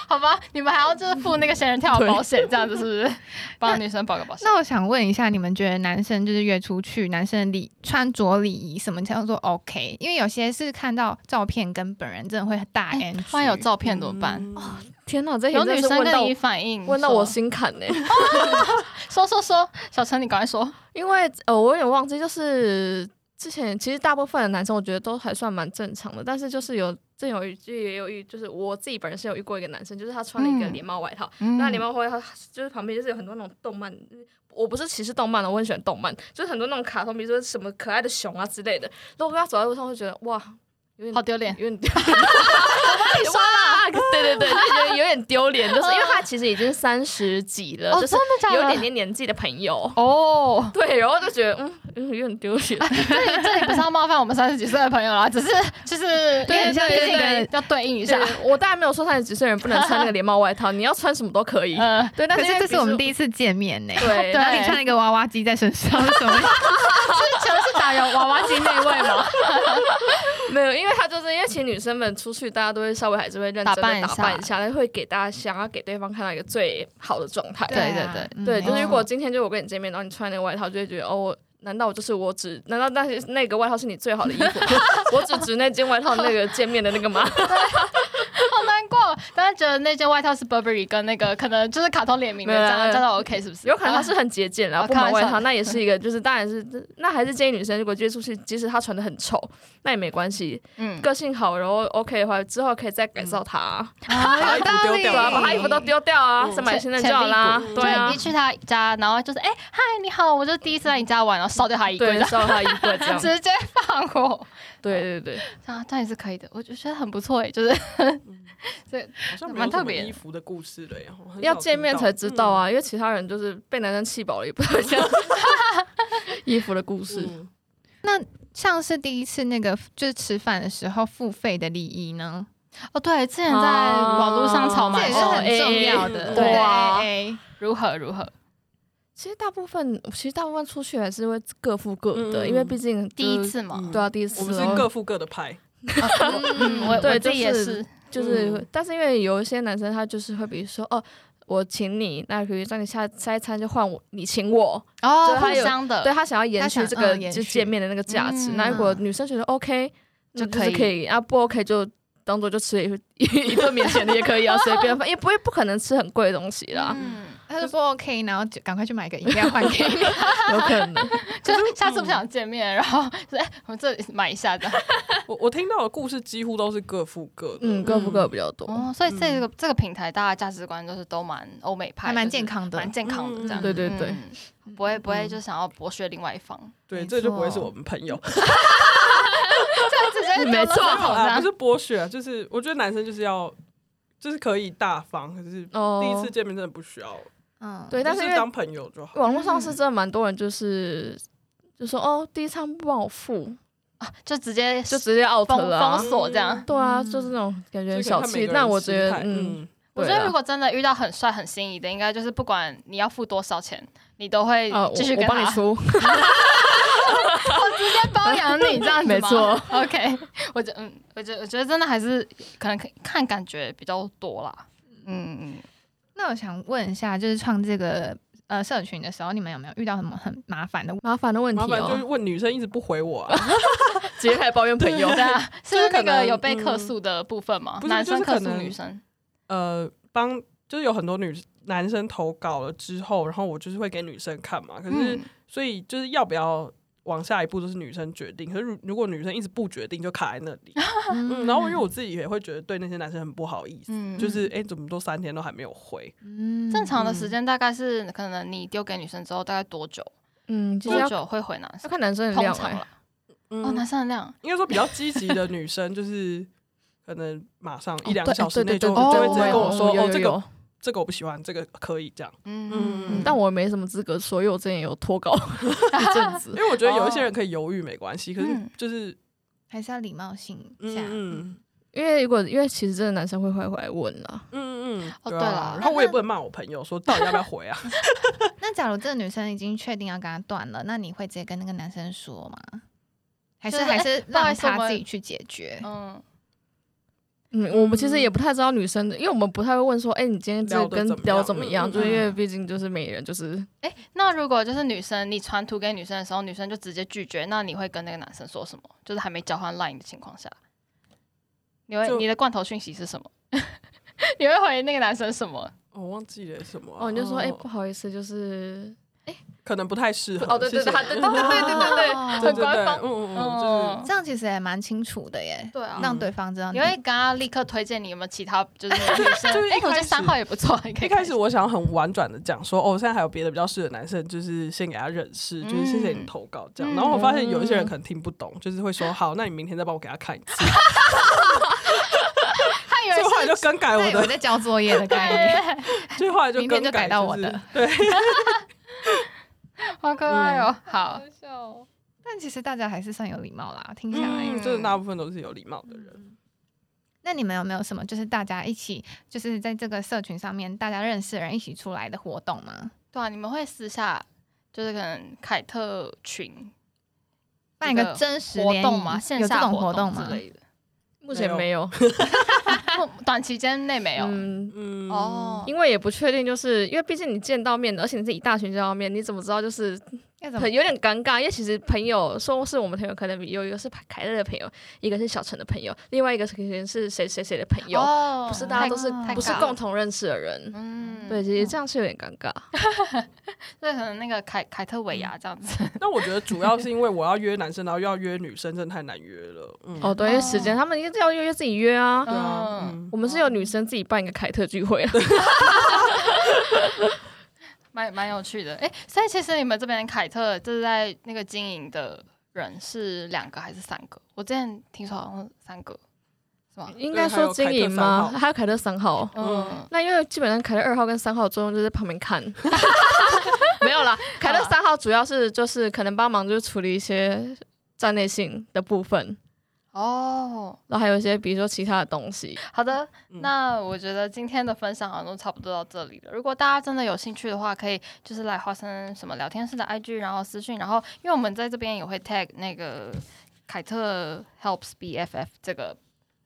S1: 好吧，你们还要就是付那个仙人跳的保险，这样子是不是？帮女生保个保险。
S2: 那我想问一下，你们觉得男生就是约出去，男生的礼穿着礼仪什么叫做 OK？因为有些是看到照片跟本人真哎的会大 N，G、
S1: 万一有照片怎么
S4: 嗯
S1: 办？
S3: 嗯
S4: 天哪，这题
S1: 有
S4: 真
S1: 女
S4: 的是
S1: 生
S4: 问
S1: 跟
S4: 到
S1: 你反映，
S4: 问到
S1: 说
S4: 我心坎呢、
S1: 说说说，小陈你赶快说。
S4: 因为呃，我有点忘记，就是之前其实大部分的男生我觉得都还算蛮正常的，但是就是有真有一句也有一，就是我自己本人是有遇过一个男生，就是他穿了一个
S1: 嗯
S4: 连帽外套，
S1: 嗯
S4: 那连帽外套就是旁边就是有很多那种动漫。我不是歧视动漫的，我很喜欢动漫，就是很多那种卡通，比如说什么可爱的熊啊之类的。如果跟他走在路上，会觉得哇，有点
S1: 好丢脸
S4: 有点丢脸。你说啦，对对对，就觉得有点丢脸，就是因为他其实已经三十几了，就是
S1: 哦假
S4: 有一点点年纪的朋友。
S1: 哦，
S4: 对，然后就觉得嗯，有点丢脸。
S1: 这里这里不是要冒犯我们三十几岁的朋友啦，只是就是
S2: 对
S1: 因为
S2: 像
S1: 毕
S2: 是
S1: 竟
S2: 一个
S1: 要对应一
S4: 对
S1: 下。，
S4: 我当然没有说三十几岁人不能穿那个连帽外套，你要穿什么都可以。
S1: 呃，
S4: 对，但
S2: 可
S4: 是因
S2: 是这
S4: 为比
S2: 是我们
S4: 如
S2: 第一次见面呢、
S4: 对
S1: 对
S2: 然后你穿了一个娃娃机在身 (laughs) 上，什么意思？
S1: 之前是打有娃娃机那位
S2: (laughs)
S1: 吗？
S4: (laughs) 没有，因为他就是因为其实女生们出去，大家都会稍微还是会认真
S1: 打
S4: 的
S1: 扮一
S4: 打扮一
S1: 下
S4: 下，但是会给大家想要给对方看到一个最好的状态。
S1: 对
S2: 啊
S1: 对
S2: 嗯
S4: 对，
S2: 没
S4: 就是
S1: (laughs)
S4: 如
S2: 错
S4: 果今天就我跟你见面，然后你穿那个外套，就会觉得哦，我难道我就是我只难道那些那个外套是你最好的衣服吗？
S1: (laughs)
S4: 我只指那件外套那个见面的那个吗？
S1: 好难过，但是觉得那件外套是 Burberry 跟那个可能就是卡通联名的，
S4: 没
S1: 这
S4: 有
S1: 样
S4: 没有
S1: 这样 OK 是不是？
S4: 嗯有可能他是很节俭啦，
S1: 啊
S4: 不买外
S1: 开玩笑
S4: 套，那也是一个，就是当然是那还是建议女生，如果约出去，即使她穿的很丑，那也没关系，
S1: 嗯，
S4: (laughs) 个性好，然后 OK 的话，之后可以再改造她啊，
S3: 把
S2: 啊
S3: 衣服丢
S4: 对
S3: 掉
S4: 啊，
S3: 吧
S4: 把她衣服都丢掉啊，
S3: 嗯
S4: 再买新的就好啦
S1: 前，
S4: 对
S1: 就
S4: 啊
S1: 你一，去他家，然后就是哎嗨你好，我就第一次来你家玩，然后烧掉他衣柜
S4: 对，，烧她衣柜
S3: (laughs)
S4: 这样，
S1: 直接放火，
S4: 对对对，
S1: 啊，这样也是可以的，我就觉得很不错哎，就是这
S3: 好像没有
S1: 蛮特
S3: 什么
S1: 别的
S3: 衣服的故事了耶，我很少
S4: 要见面
S3: 听到嗯
S4: 才知道。啊，因为其他人就是被男生气饱了，也不知道
S3: (laughs)
S4: 讲衣服的故
S3: 嗯
S4: 事。
S3: 嗯
S2: 像是第一次那个就是吃饭的时候付费的礼仪呢，
S1: 哦对，之前在网络上炒
S4: 哦
S2: 这
S1: 买
S2: 也是
S1: 哦
S2: 很
S1: 哎
S2: 重要的。
S3: 哦
S1: 对
S4: 哇
S2: 哎
S1: 如何如何，
S4: 其实大部分，其实大部分出去还是会各付各的，
S3: 嗯
S4: 因为毕竟就是
S1: 第一，次嘛，
S4: 对啊，第一次
S3: 我们
S4: 然后
S3: 是各付各的拍，
S1: 嗯，我
S4: 对
S1: 我自己也
S4: 就是
S1: 是，
S4: 就是，
S3: 嗯
S4: 但是因为有一些男生他就是会，比如说哦。我请你，那比如说你下下一餐就换我，你请我，
S1: 哦
S4: 就
S1: 互
S4: 他有
S1: 相的，
S4: 对他想要延
S2: 他
S4: 续
S2: 想
S4: 这个、
S2: 嗯延
S4: 就
S2: 续
S4: 见面的那个价值。
S1: 嗯
S4: 那如果女生觉得 OK，
S1: 就
S4: 那就
S1: 可
S4: 是
S1: 以
S4: 可以啊，不 OK 就当做就吃一 (laughs) 一顿免钱的也可以啊，随便，也不会不可能吃很贵的东西啦，
S1: 嗯，
S2: 他说不 OK，然后就赶快去买个饮料换给你。
S4: 有可能。
S1: 就是下次不想见面，然后说哎，我们这里买一下的，
S3: 我我听到的故事几乎都是各付各的，
S4: 嗯，各付各比较多。
S1: 哦，所以这个这个平台大家价值观就是都蛮欧美派，
S2: 还蛮
S1: 就是
S2: 健康的
S1: (laughs) 蛮健康的这样，
S3: 嗯
S4: 对对对
S1: 嗯，不会不会就想要剥削另外一方，
S3: 对，
S2: 没
S3: 这就不会是
S2: 错
S3: 我们朋友，
S1: 这样 (laughs) 直接
S4: 没
S1: 丢到
S4: 错
S1: 垃圾
S3: 好
S1: 桶
S3: 啦，
S1: 上
S3: 不是剥削啊，就是我觉得男生就是要，就是可以大方，可是
S4: 哦
S3: 第一次见面真的不需要，
S2: 嗯，
S4: 对，但
S3: 就是是
S4: 因为
S3: 当朋友就好。
S4: 网络上是真的蛮多人就是就说哦，第一餐不帮我付，
S1: 啊就直接
S4: 就直接 out
S1: 封
S4: 了啊、
S1: 封锁这样。
S4: 对啊，就是那种感觉
S3: 就
S4: 很
S3: 是
S4: 小
S3: 看每
S4: 气。
S3: 个
S4: 那
S3: 人
S4: 我
S3: 心
S4: 觉得
S3: 态，
S4: 嗯，
S3: 嗯，
S1: 我
S4: 对
S1: 觉得
S4: 啦
S1: 如果真的遇到很帅很心仪的，应该就是不管你要付多少钱，你都会
S4: 呃，我
S1: 继续
S4: 我
S1: 跟
S4: 帮你
S1: 他，
S4: 出，
S1: 我 (laughs) 直接包养你这样子吗
S4: 没错。
S1: OK，我 (laughs) 觉嗯，我觉我觉得真的还是可能看感觉比较多啦。嗯，
S2: 那我想问一下，就是创这个呃社群的时候，你们有没有遇到什么很麻烦的？
S4: 麻烦的问题
S3: 嗯麻烦就是
S4: 哦，
S3: 问女生一直不回我啊，
S4: 直接开始抱
S3: (laughs)
S4: 怨朋友
S1: 对。啊，
S3: 就是
S1: 那
S3: 是
S1: 个
S3: 可能嗯
S1: 有被客诉的部分吗？
S3: 不是
S1: 男生
S3: 就是
S1: 客
S3: 可
S1: 诉
S3: 能
S1: 女生，
S3: 呃，帮就是有很多女男生投稿了之后，然后我就是会给女生看嘛，可是
S1: 嗯
S3: 所以就是要不要往下一步就是女生决定。可是如如果女生一直不决定，就卡在那
S4: (laughs)
S3: 里。嗯，然后因为我自己也会觉得对那些男生很不好意思，
S1: 嗯
S3: 就是哎、诶怎么都三天都还没有回？
S4: 嗯
S1: 正常的时间大概是可能你丢给女生之后大概多久？
S4: 嗯，其实
S1: 多
S4: 要
S1: 久会回男
S4: 要
S1: 生？
S4: 看男生的
S1: 通
S4: 量
S1: 常
S4: 哎、
S1: 了，
S3: 嗯，
S1: 哦，男生的量
S3: 应该说比较积极的女生，就是可能马上一两
S4: 哦对
S3: 小时
S4: 对
S3: 内
S4: 对
S3: 就
S4: 对
S3: 就会直
S4: 对
S3: 接跟我
S4: 有
S3: 说，
S4: 有
S3: 哦，
S4: 有
S3: 这
S4: 有
S3: 个这个我不喜欢，这个可以这样。
S1: 嗯
S3: 嗯，
S4: 但我没什么资格说，因为我之前也有脱稿 (laughs) 一阵子
S3: (laughs) 因。为我觉得有一些人可以犹豫没关系，可是
S1: 嗯
S3: 就是
S2: 还是要礼貌性一
S3: 嗯
S2: 下。
S3: 嗯
S4: 因为如果因为其实真的男生会会回来问啦，
S3: 嗯嗯，
S1: 哦
S3: 对
S1: 对
S3: 啊
S1: 啦。
S3: 然后我也不能骂我朋友说到底要不要 (laughs) 回啊？
S2: 那假如这个女生已经确定要跟他断了，那你会直接跟那个男生说吗？还是
S1: 就是哎
S2: 还是
S1: 不好
S2: 让
S1: 意思我
S2: 他
S1: 们
S2: 自己去解决？
S1: 嗯，
S4: 嗯，我们其实也不太知道女生的，因为我们不太会问说，哎、你今天这个跟
S3: 聊
S4: 聊
S3: 得怎
S4: 怎
S3: 么
S4: 么
S3: 样嗯
S4: 样？
S3: 嗯嗯
S4: 就是因为毕竟就是每人就是
S1: 哎、那如果就是女生，你传图给女生的时候，女生就直接拒绝，那你会跟那个男生说什么？就是还没交换 LINE 的情况下，你会
S3: 就
S1: 你的罐头讯息是什么？ (laughs) 你会回那个男生什么？
S3: 哦我忘记了什么啊
S4: 哦，你就说，哎、不好意
S3: (laughs)
S4: 思，就是
S3: 可能不太适合。
S4: 哦，对对
S3: 谢谢
S4: 对，
S3: (laughs)
S4: 对对对
S1: 哦
S3: 对
S4: 对对，
S3: 对
S4: 很
S3: 对，
S4: 官
S3: 嗯
S4: 方。
S3: 嗯嗯，
S1: 嗯，
S2: 这样其实也蛮清楚的耶，
S1: 对啊
S2: 让对方知道
S1: 你
S2: 你
S1: 会跟他立刻推荐你有没有其他就是女生？
S3: 就是一
S1: 哎、我觉
S3: 开
S1: 得
S3: 始
S1: 三号也不错，你可
S3: 就
S1: 以
S3: 是一开始我想要很婉转的讲说，哦，现在还有别的比较适合男生，就是先给他认识，就是谢谢你投稿这样。
S1: 嗯
S3: 然后我发现有一些人可能听不懂，就是会说，好，那你明天再帮我给他看一次。
S1: 他以
S3: 所以
S1: 为
S3: 我后来
S1: 是
S3: 就更改我
S2: 对我
S3: 的，
S2: 在交作
S1: (laughs)
S2: 业的概念。
S1: 对，
S3: 所以后来就
S2: 明
S3: 更
S2: 天就改到我的
S3: 就是对，
S1: 好可
S2: 啊
S1: 爱哦、好，
S4: 笑，
S2: 嗯但其实大家还是算有礼貌啦，听下来。
S3: 嗯，就是大部分都是有礼貌的人。
S2: 那你们有没有什么就是大家一起就是在这个社群上面大家认识的人一起出来的活动吗？
S1: 对啊，你们会私下就是可能凯特群
S2: 办一个真实
S1: 活
S2: 联谊
S1: 动嘛，线
S2: 有这
S1: 下
S2: 种活动
S1: 之
S2: 吗？
S1: 类的，
S4: 目前没有，
S1: 不短期间内没有。
S4: 嗯，
S3: 嗯，
S1: 哦，
S4: 因为也不确定，就是因为毕竟你见到面的，而且你是一大群见到面，你怎么知道就是
S2: 要怎么
S4: 很？有点尴尬？因为其实朋友说是我们朋友，可能有一个是凯乐的朋友，一个是小陈的朋友，另外一个是可能是谁谁谁的朋友，
S1: 哦
S4: 不是大家都是
S2: 太
S4: 不是
S1: 尬了
S4: 共同认识的人。
S1: 嗯，
S4: 对，
S1: 对，
S4: 其实这样是有点尴尬。
S1: 所以可能那个凯凯特尾牙这样子，
S3: 但我觉得主要是因为我要约男生，然后又要约女生，真的太难约了。嗯，
S4: 哦，对，因为时间他们一定要约约自己约啊。
S3: 对啊，嗯
S4: 我们是有女生自己办一个凯特聚会啊，
S1: 蛮蛮有趣的。哎，所以其实你们这边凯特就是在那个经营的人是两个还是三个？我之前听说好像三个，是吗？
S4: 应该说经营吗？还有凯特三号。
S1: 嗯，
S4: 那因为基本上凯特二号跟三号的作用就是在旁边看，没有啦。凯特三号主要是就是可能帮忙就是处理一些站内性的部分，
S1: 哦，
S4: 然后还有一些比如说其他的东西。 (laughs)
S1: 好的，
S3: 嗯
S1: 那我觉得今天的分享好像都差不多到这里了。如果大家真的有兴趣的话，可以就是来花生什么聊天室的 IG，然后私讯，然后因为我们在这边也会 tag 那个凯特 helps BFF 这个。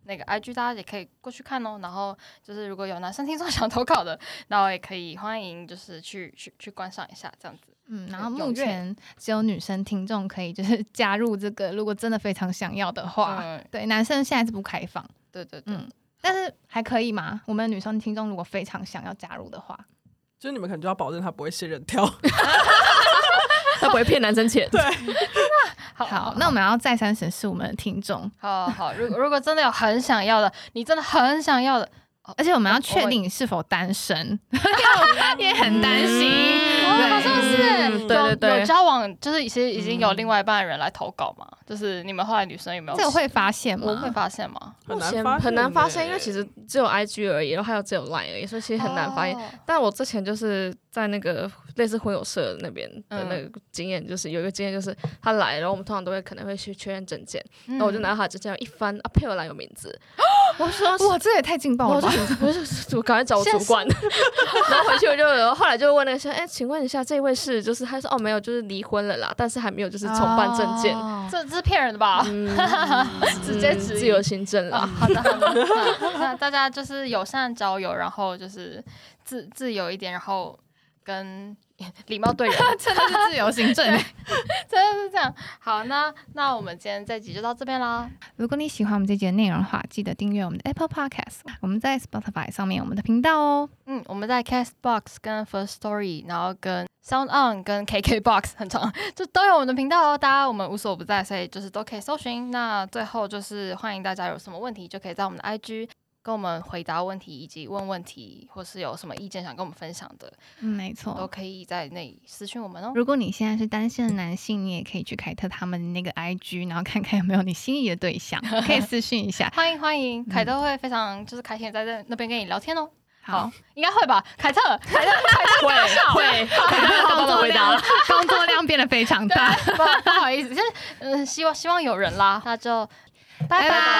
S1: 那个 IG 大家也可以过去看哦，然后就是如果有男生听众 (laughs) 想投稿的，然后也可以欢迎就是去去去观赏一下这样子。
S2: 嗯，然后
S1: 踊
S2: 目
S1: 跃
S2: 前只有女生听众可以就是加入这个，如果真的非常想要的话，
S1: 嗯，
S2: 对，男生现在是不开放，
S1: 对对对，
S2: 嗯，但是还可以嘛。我们女生听众如果非常想要加入的话，
S3: 就是你们可能就要保证他不会仙人
S4: (laughs)
S3: 跳。
S4: 他不会骗男生钱。
S1: 好，
S2: 好，那我们要再三审视我们的听众，
S1: 好好，如果如果真的有很想要的，你真的很想要的，
S2: 而且我们要
S1: 我
S2: 确
S1: 会
S2: 定你是否单
S4: (laughs)
S2: 身，也很担心。
S4: 嗯
S1: 哦，
S2: 对
S1: 好像是
S4: 对对
S1: 有
S4: 对
S1: 有交往，就是其实已经有另外一半的人来投稿嘛，就是你们后来女生有没有？
S2: 这个会发现
S1: 我会
S2: 吗？
S1: 发现吗？
S3: (laughs) 很难
S4: 目前
S3: 发现
S4: 很难发现，
S3: 欸
S4: 因为其实只有 IG 而已，然后还有只有 Line 而已，所以其实很难发现。
S1: 哦
S4: 但我之前就是在那个类似婚友社那边的那个经验，就是有一个经验，就是他来，然后我们通常都会可能会去确认证件，
S1: 嗯
S4: 然后我就拿到他的证件一翻，啊，配偶栏有名字，我说
S2: 哇，这也太劲爆
S4: 我
S2: 了
S4: 就
S2: 吧！
S4: 我就我赶快找我主管， (laughs) 然后回去我就然后后来就问那个说，哎，请问一下这位是就是他说哦没有就是离婚了啦，但是还没有就是重办证件，
S2: 哦
S1: 这这是骗人的吧？
S4: 嗯，
S1: (laughs) 直接
S4: 嗯
S1: 质疑
S4: 自由行政
S1: 啊，
S4: 啦，
S1: 好的，好的 (laughs) 那那大家就是友善交友，然后就是自自由一点，然后跟礼貌 (laughs) 对人，
S2: 真的是自由行 (laughs) 政。
S1: 真的是这样。好，那那我们今天这集就到这边啦。
S2: 如果你喜欢我们这集的内容的话，记得订阅我们的 Apple Podcast，我们在 Spotify 上面有我们的频道哦。
S1: 嗯，我们在 Castbox 跟 First Story，然后跟 Sound On 跟 KKBox 很长，就都有我们的频道哦。大家我们无所不在，所以就是都可以搜寻。那最后就是欢迎大家有什么问题，就可以在我们的 IG 跟我们回答问题，以及问问题，或是有什么意见想跟我们分享的，
S2: 嗯，没
S1: 都
S2: 错。
S1: 可以在那里私讯我们哦。
S2: 如果你现在是单身的男性，你也可以去凯特他们那个 IG，然后看看有没有你心仪的对
S4: (laughs)
S2: 象，可以私讯一下。
S1: 欢迎欢迎，凯特会非常就是开心地在那那边跟你聊天哦。
S2: 好，，
S1: 应该会吧，凯特，凯特， (laughs) 凯特
S4: 会会，
S2: (laughs) 凯特
S4: 好好地回答了，
S2: 工作量变得非常大。
S1: 对，不不好意思，就是嗯，希望希望有人啦，那就拜拜。
S2: 拜拜